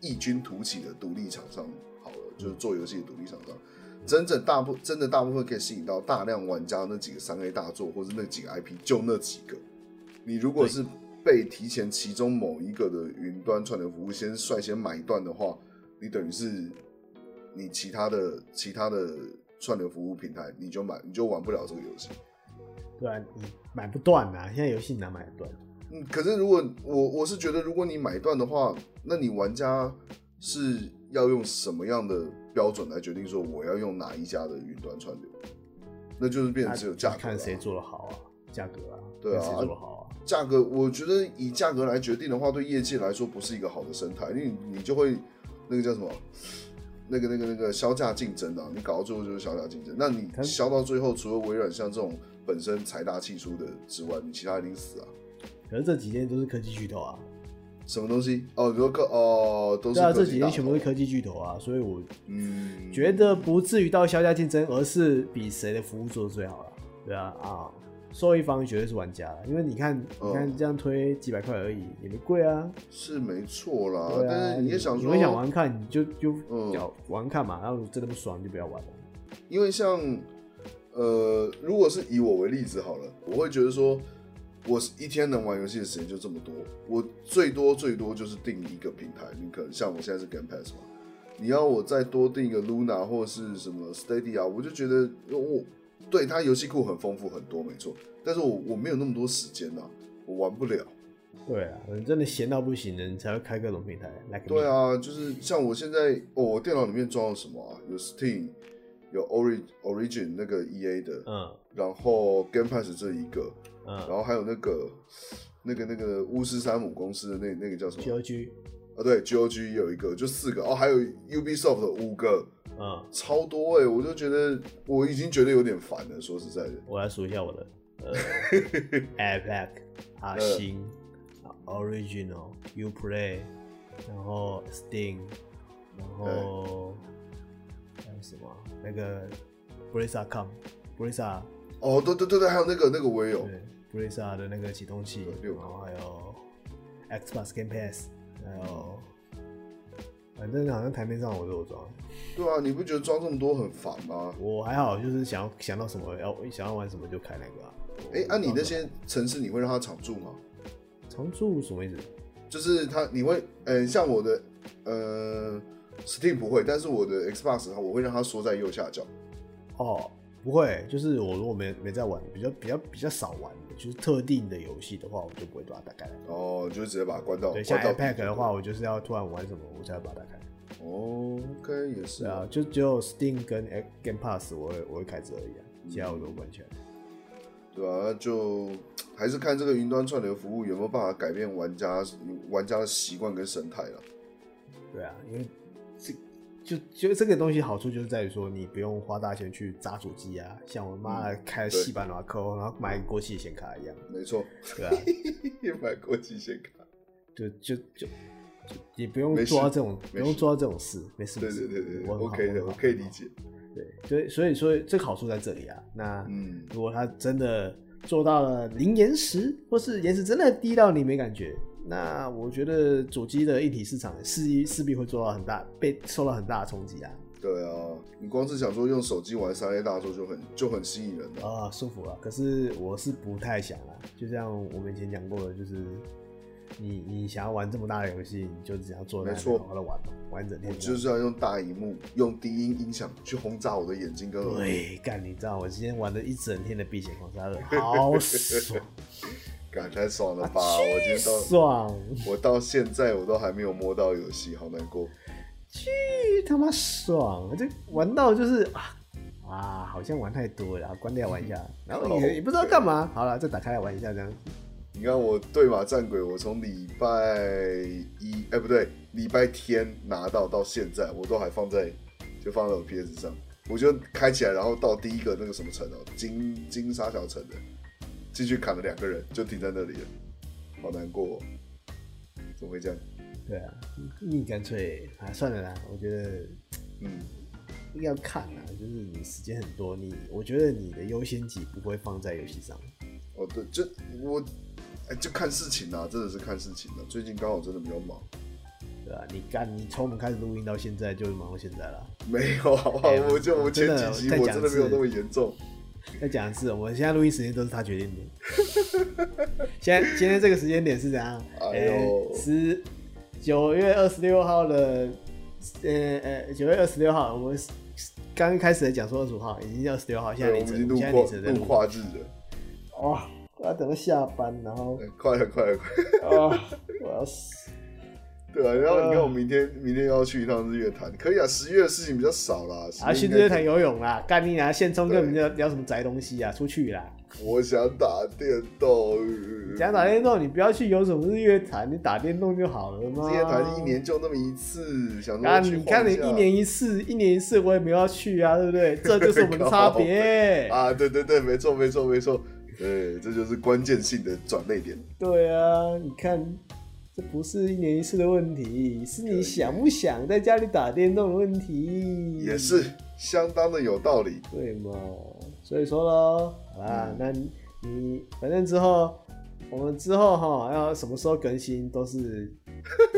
异军突起的独立厂商好了，就是做游戏的独立厂商，真正大部真的大部分可以吸引到大量玩家那几个三 A 大作，或是那几个 IP，就那几个。你如果是被提前其中某一个的云端串流服务先率先买断的话，你等于是你其他的其他的串流服务平台，你就买你就玩不了这个游戏。
对啊，你买不断啊！现在游戏哪买得断？
嗯，可是如果我我是觉得，如果你买断的话，那你玩家是要用什么样的标准来决定说我要用哪一家的云端串流？那就是变
那
成只有价格、啊，
看谁做的好啊，价格啊，
对啊
看谁做的好啊。
价格，我觉得以价格来决定的话，对业界来说不是一个好的生态，因为你你就会那个叫什么，那个那个那个销价竞争啊，你搞到最后就是销价竞争。那你
它
销到最后，除了微软像这种本身财大气粗的之外，你其他一定死啊。
可是这几天都是科技巨头啊，
什么东西？哦，你说科哦，都是
对啊，
科
这
技
几
大
天全部
头
是科技巨头啊，所以我
嗯，
觉得不至于到销价竞争，而是比谁的服务做的最好了。对啊，啊，受益方绝对是玩家了，因为你看，你看
嗯
这样推几百块而已，也没贵啊。
是没错啦。
对啊，
但是你也想
你
说，
会想玩看，你就就
嗯
要玩看嘛，然后真的不爽你就不要玩了。
因为像呃，如果是以我为例子好了，我会觉得说，我是一天能玩游戏的时间就这么多，我最多最多就是定一个平台，你可能像我现在是 Game Pass 嘛，你要我再多定一个 Luna 或是什么 Stadia，我就觉得我对它游戏库很丰富很多没错，但是我我没有那么多时间呐、我玩不了。
对啊，你真的闲到不行了，你才会开各种平台来。Like me
对，啊，就是像我现在，哦，我电脑里面装了什么啊？有 Steam，有 Origin Origin 那个 EA 的，
嗯
然后 Game Pass 这一个，然
嗯
后还有那个那个那个巫师山姆公司的那那个叫什
，G O
么？
G，
啊，对，GOG 也有一个，就四个哦，还有 Ubisoft 的五个，
嗯，
超多哎、我就觉得我已经觉得有点烦了，说实在的。
我来数一下我的，呃，Epic、阿啊
嗯
星、Original、Uplay，然后 Steam，然后
嗯
还有什么？那个 Brisa.com，Brisa
哦，对对对对，还有那个那个我也有，
对 Brisa 的那个启动器
哦对，六
然
个
后还有 Xbox Game Pass，还有，反正好像台面上我都有装。
对啊，你不觉得装这么多很烦吗？
我还好，就是想要想到什么要想要玩什么就开那个、啊。
哎，按、你那些城市，你会让它常驻吗？
常驻什么意思？
就是它你会，嗯，像我的，呃，Steam 不会，但是我的 Xbox 它我会让它缩在右下角。
哦，不会，就是我如果没没在玩，比较比较比较少玩的，就是特定的游戏的话，我就不会把它打开来。
哦，就直接把它关到。
对，像
关到
iPad 的话，我就是要突然玩什么，我才会把它打开。
哦，OK，也是
对啊，。就只有 Steam 跟 Game Pass 我会我会开着而已啊，其他我都关起来。
对啊，那就还是看这个云端串流服务有没有办法改变玩家玩家的习惯跟生态了。
对啊，因为这就就这个东西好处就是在于说，你不用花大钱去砸主机啊，像我妈开
嗯对
戏版瓦扣，然后买国际显卡一样，
没错，
对啊，
也买国际显卡。
嗯就就就就也不用
没事
做到这种，不
没
用
事
做到这种事，没事没
对
事，
对对对对
我很好
，OK 的，我可以理。解。
很好对，所以所以所以这个好处在这里啊。那
嗯，
如果他真的做到了零延时，或是延时真的低到你没感觉，那我觉得主机的硬体市场势势必会做到很大被受到很大的冲击啊。
对啊，你光是想说用手机玩三 A 大作就很就很吸引人了。
啊啊，舒服了。可是我是不太想啊，就像我们以前讲过的，就是你你想要玩这么大的游戏，你就只要坐在
没
那
错
边好好的玩，玩一整天
我
这样。
就是要用大荧幕、用低音音响去轰炸我的眼睛跟耳朵。
对，干，你知道我今天玩了一整天的《碧血狂 杀二》，好爽，
感太爽了吧！我
巨
今天到
爽，
我到现在我都还没有摸到游戏，好难过。
巨他妈爽！我就玩到就是啊啊，好像玩太多了，关掉玩一下，然后
哦
也也不知道干嘛，好了，再打开来玩一下这样。
你看我对马战鬼，我从礼拜一，哎、不对，礼拜天拿到到现在，我都还放在就放在我 PS 上，我就开起来，然后到第一个那个什么城哦、金金沙小城的，进去砍了两个人，就停在那里了，好难过、哦，怎么会这样？
对啊，你干脆啊，算了啦，我觉得
嗯，
要看啊，就是你时间很多，你我觉得你的优先级不会放在游戏上。
哦对，就我，哎、就看事情啦、真的是看事情啦、最近刚好真的比较忙，
对啊，你干，你从我们开始录音到现在，就是忙到现在了。
没有，好不好？
哎呀
我就我前
真的哦
几集
再
我
讲
真的没有
是
那么严重。
再讲一次，我们现在录音时间都是他决定的。 现在今天这个时间点是怎样？呃
哎呦
十九月二十六号的，呃呃，九月二十六号，我们刚开始讲说二十五号，已经二十六号，现在
对，我
凌晨
们已经，录
现在凌晨
跨
在
录
录。
跨日了，
哇、我要等到下班，然后
哎快了，快了， 快了！
啊、我要死。
对啊，然后你看
呃
我明天，明天要去一趟日月潭，可以啊。十月的事情比较少啦，十
啊，去
应
日月
该可
潭
以。
游泳啦，干你娘！现充
对
根本就聊什么宅东西啊，出去啦！
我想打电动，
想打电动，你不要去游什么日月潭，你打电动就好了嘛。
日月潭一年就那么一次，想
啊，
说去
你看
晃
你
下
一年一次，一年一次，我也没有要去啊，对不 对？这就是我们的差别。
啊，对对对，没错没错没错，对，这就是关键性的转泪点。
对啊，你看，这不是一年一次的问题，是你想不想在家里打电动的问题。
也，是相当的有道理。
对嘛？所以说喽，好
嗯
啦，那你你反正之后，我们之后哈，要什么时候更新都 是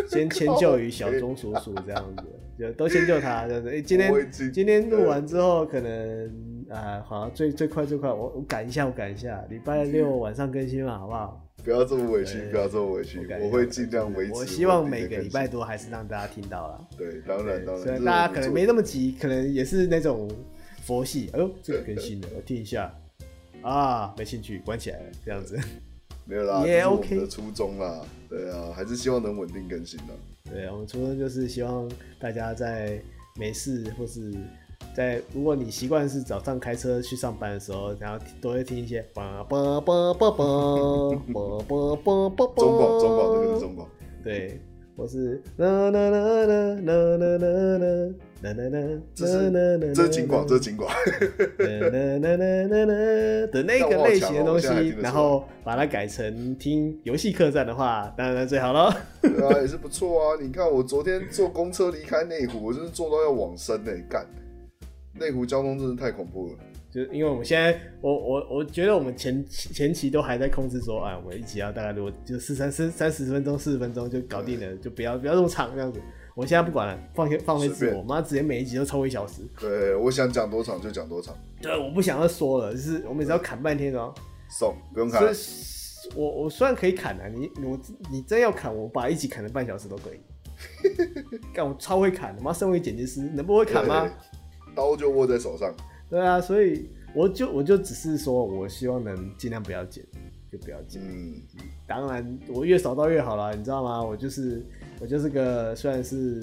先迁就于小钟叔叔这样子， 就都迁就他这样子。哎今天
我已经
今天录完之后，可能啊，好像最最快最快，我我赶一下，我赶一下，礼拜六晚上更新嘛，好不好？
不要这么委屈，
对
不要这么委屈
我，赶一下
我会尽量维持
我
我自己
希
的更新。
望每个礼拜都还是让大家听到啦。
对，当然当然，
虽
这
然
是
大
我
家
们
可能
做
没那么急，可能也是那种佛系，哎呦，这个更新了，我听一下啊，没兴趣，关起来了，这样子。
没有啦，
也
这是我
OK
们的初衷啦。对啊，还是希望能稳定更新的。
对，我们初衷就是希望大家在没事或是在，如果你习惯是早上开车去上班的时候，然后都会听一些叭叭叭叭叭叭叭叭叭叭，
中广，中广，这个是中广。
对，或是啦啦啦啦啦啦啦啦啦啦啦，
这是这是景广，这是景广。
哦的那个类型的东西，然后把它改成听游戏客栈的话，当然最好了。
对啊，也是不错啊。你看我昨天坐公车离开内湖，我真是坐到要往生呢、干，内湖交通真的太恐怖了。
就是因为我们现在，我我我觉得我们前前期都还在控制说，啊，我们一集要大概如果就四三四三十分钟、四十分钟就搞定了，就不要不要这么长这样子。我现在不管了，放下放飞
随
自
便
我，妈直接每一集都抽一小时。
对，我想讲多长就讲多长，
对，我不想要说了，就是我每次要砍半天哦、
送不用看
所。以我我虽然可以砍啊，你我你真要砍，我把一集砍成半小时都可以。 干，我超会砍的，妈，身为剪辑师，能不会砍吗？
对？刀就握在手上，
对啊，所以我就我就只是说我希望能尽量不要剪，就不要剪。
嗯，
当然，我越少到越好啦，你知道吗？我就是我就是个虽然是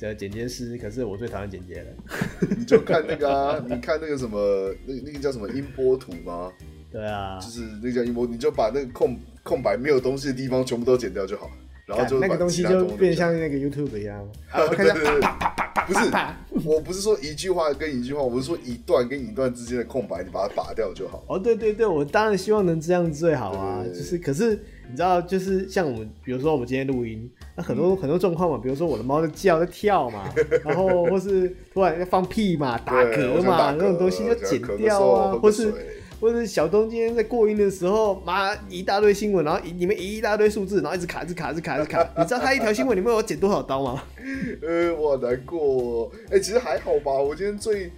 呃剪接师，可是我最讨厌剪接了。
你就看那个啊， 你看那个什么，那那个叫什么音波图吗？
对啊，
就是那叫音波，你就把那个空空白没有东西的地方全部都剪掉就好，然后就
干那
把
个东西
其他
就
留
变
下来
像那个 YouTube 一样。啊，
啊
我
对
看
对
一下，
对，不是，
啪。
我不是说一句话跟一句话，我是说一段跟一段之间的空白，你把它拔掉就好。
哦，对对对，我当然希望能这样最好啊。
对对对
就是，可是你知道，就是像我们，比如说我们今天录音，那很
嗯
多、很多状况嘛，比如说我的猫在叫、在跳嘛，然后或是突然要放屁嘛、打
对
嗝
我想
嘛，
打
那种东西
嗝
要
想
剪
啊咳个
掉
嗽
啊，
喝
或
个
是
水
或是小东今天在过音的时候，妈一大堆新闻，然后一里面一大堆数字，然后一直卡、一直卡、一直卡、一直卡。你知道他一条新闻里面我剪多少刀吗？
呃，我好难过哦、哎、其实还好吧。我今天最，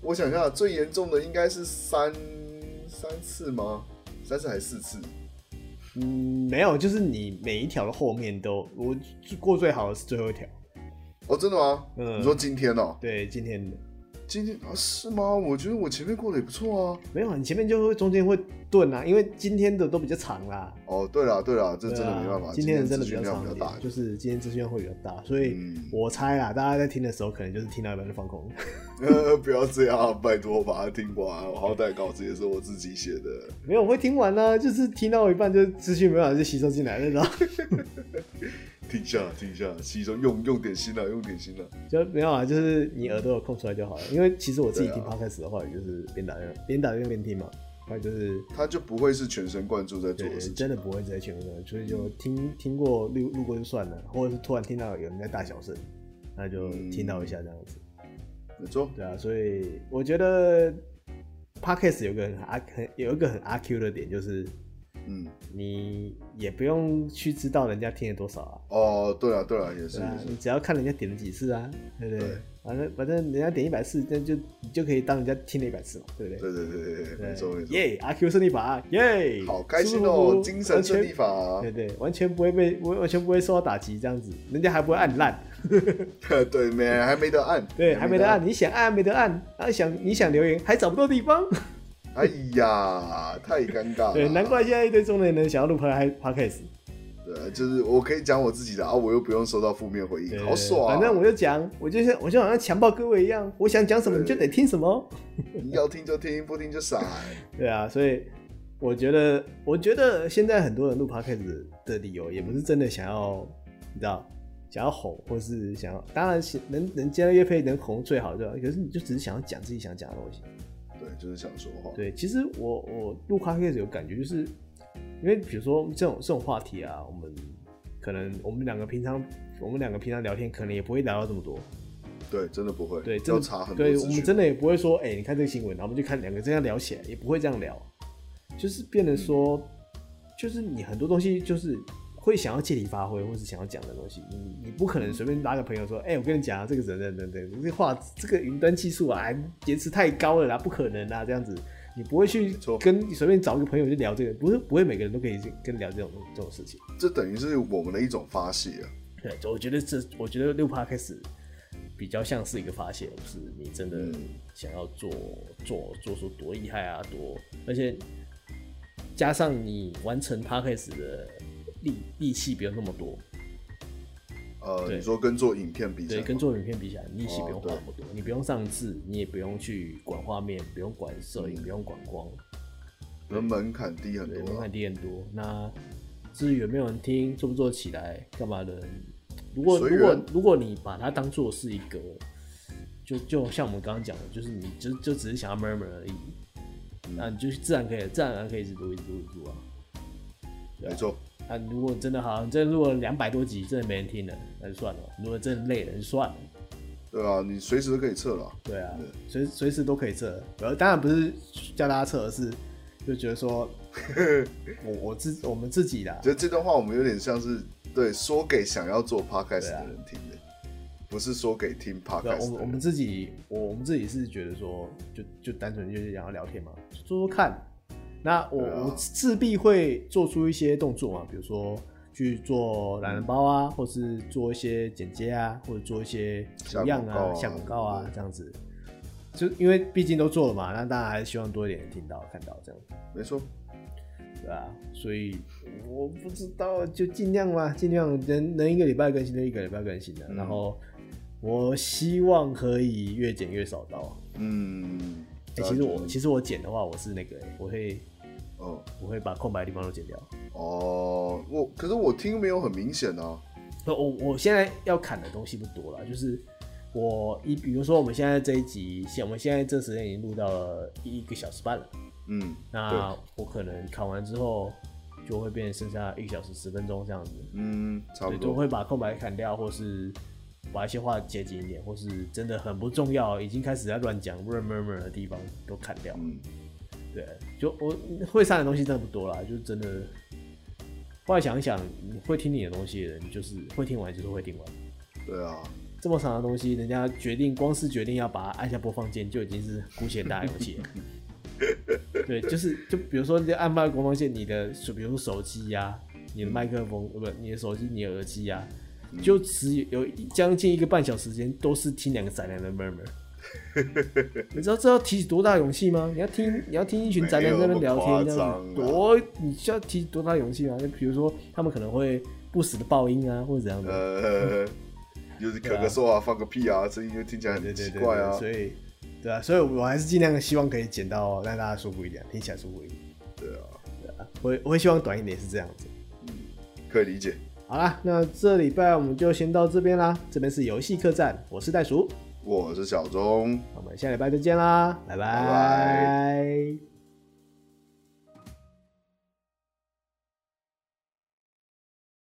我想一下，最严重的应该是三三次吗？三次还是四次？
嗯，没有，就是你每一条的后面都，我过最好的是最后一条。
哦，真的吗？
嗯
你说今天哦，
对，今天的
今天啊是吗？我觉得我前面过得也不错啊。
没有，啊，你前面就会中间会顿啊，因为今天的都比较长啦。
哦，对了对了，这真
对
的
啊
没办法，
今天的真
资
的比
讯
较
量
长
比
一
较大
点，。就是今天资讯量会比较大，所以
嗯
我猜啦，大家在听的时候可能就是听到一半就放空。
呃，不要这样，拜托把它听完。我好歹稿子也是我自己写的。
没有，我会听完呢、就是听到一半就资讯没有办法就吸收进来了，然后
停下，停下，其中用用点心了、啊用点心了、
就没有啊，就是你耳朵有空出来就好了。因为其实我自己听
对啊
podcast 的话，也就是边打边边打边边听嘛，那就是
他就不会是全神贯注在做
对
嗯的事，情。
真的不会直接全部都，所以就听听过路路过就算了，或者是突然听到有人在大小声，那就
嗯
听到一下这样子。
没错，
对啊，所以我觉得 podcast 有一个很阿很有一个很阿 Q 的点就是。
嗯，
你也不用去知道人家听了多少啊，
哦，对了，对了，也是，
对啊
也，是
你只要看人家点了几次啊，对不对？
对
反正反正人家点一百次，那就你就可以当人家听了一百次嘛，对不对？
对对对对，对没错没错。
耶，阿 Q 胜利法，耶，
好开心
舒
哦
服，
精神胜利法、
完全，对对，完全不会被完完全不会受到打击，这样子，人家还不会按烂，
对，没还没得按，
对，还没得按，，你想按没得按，然后想你想留言还找不到地方，
哎呀，太尴尬了，
对，难怪现在一堆中年人想要录 pod podcast，
对，就是我可以讲我自己的啊，我又不用收到负面回
对
应，好爽、啊。
反正我就讲，我就像我就好像强暴各位一样，我想讲什么你就得听什么。
你要听就听，不听就闪。
对啊，所以我觉得，我觉得现在很多人录 podcast 的理由，也不是真的想要，你知道，想要红，或是想要，当然是能能接到乐配能红最好，对吧？可是你就只是想要讲自己想讲的东西。
对，就是想说话。
对，其实我我录 podcast 有感觉，就是因为比如说这种这种话题啊，我们可能我们两个平常我们两个平常聊天，可能也不会聊到这么多。
对，真的不会。
对，真
要
的
查很多
对，我
资
们
讯。
真的也不会说，哎、你看这个新闻，然后我们就看两个这样聊起来，也不会这样聊，就是变
嗯
得说，就是你很多东西就是会想要借题发挥，或是想要讲的东西，你你不可能随便拉个朋友说，哎、我跟你讲啊，这个人人人人，这话这个云端技术啊，颜值太高了啦，不可能啦，啊这样子。你不会去
错
跟你随便找一个朋友去聊这个，不是不会每个人都可以去跟你聊这种这种事情。
这等于是我们的一种发泄啊。
对，我觉得这，我觉得六趴开始比较像是一个发泄，而不是你真的
嗯
想要做做做出多厉害啊，多，而且加上你完成 p a c k a g e 的力力气不用那么多，
呃，
对
你说跟做影片比起
对，
来吗，
跟做影片比起来，力气不用
哦
花那么多，你不用上字，你也不用去管画面，不用管摄影，
嗯
不用管光，
人门槛低很
对，
多
门
啊
槛。低很多。那至于有没有人听，做不做起来，干嘛的人？如果
随
如果
缘
如果你把它当做是一个，就就像我们刚刚讲的，就是你就就只是想要 murmur 而已，
嗯
那你就自然可以自然而然可以一直录一直录一直录啊。对啊
没错，
那如果真的好，你真的录了两百多集，真的没人听了，那就算了；如果真的累了，就算了。
对啊，你随时都可以撤了啊。
对啊
对，
随随时都可以测。然后当然不是叫大家测，而是就觉得说， 我我自我们自己的，
就这段话，我们有点像是对说给想要做 podcast
对啊
的人听的，不是说给听
对啊，我
podcast
们
的
我们
人。
自己，我我们自己是觉得说，就就单纯就是想要聊天嘛，就做做看。那我、
对啊
我自必会做出一些动作嘛，比如说去做
嗯
懒人包啊，或是做一些剪接啊，或者做一些
下
图样
广告
啊、
啊
下广告啊这样子。就因为毕竟都做了嘛，那当然还是希望多一点人听到、看到这样，
没错，
对啊，所以我不知道，就尽量嘛，尽量能能一个礼拜更新就一个礼拜更新的、
嗯
然后我希望可以越剪越少刀。
嗯。
哎、其实我其实我剪的话，我是那个、欸我会
哦
我会把空白的地方都剪掉。
哦，我可是我听没有很明显啊。
那我我现在要砍的东西不多了，就是我一比如说我们现在这一集，现我们现在这时间已经录到了一个小时半了，
嗯，
那我可能砍完之后就会变成剩下一个小时十分钟这样子，
嗯，差不
对，都
多。
会把空白砍掉，或是把一些话截紧一点，或是真的很不重要，已经开始在乱讲、乱 murmur 的地方都砍掉。
嗯，
对，啊就我会删的东西真的不多啦，就真的。后来想一想，你会听你的东西的人，就是会听完就是会听完。
对啊，
这么长的东西，人家决定光是决定要把它按下播放键，就已经是鼓起很大的勇气了。对，就是就比如说，你按麦克风线，你的手比如说手机呀、你的麦克风呃不，你的手机、你的耳机呀、就只有有将近一个半小时时间都是听两个宅男的 murmur。你知道这要提起多大勇气吗？你要听你要听一群宅男在那边聊天，这样子
没有那么夸张啊
多你需要提起多大勇气吗？就比如说他们可能会不死的爆音啊，或者怎样的。嗯
呃， 就是咳咳嗽啊，放个屁啊，声音就听起来
对
很
对
奇
对
怪啊。
对所以对啊，所以我还是尽量希望可以剪到让大家舒服一点，听起来舒服一点。
对啊，
我会我会希望短一点是这样子。
可以理解。
好啦，那这礼拜我们就先到这边啦。这边是游戏客栈，我是袋鼠，
我是小钟。
我们下礼拜再见啦，拜
拜
拜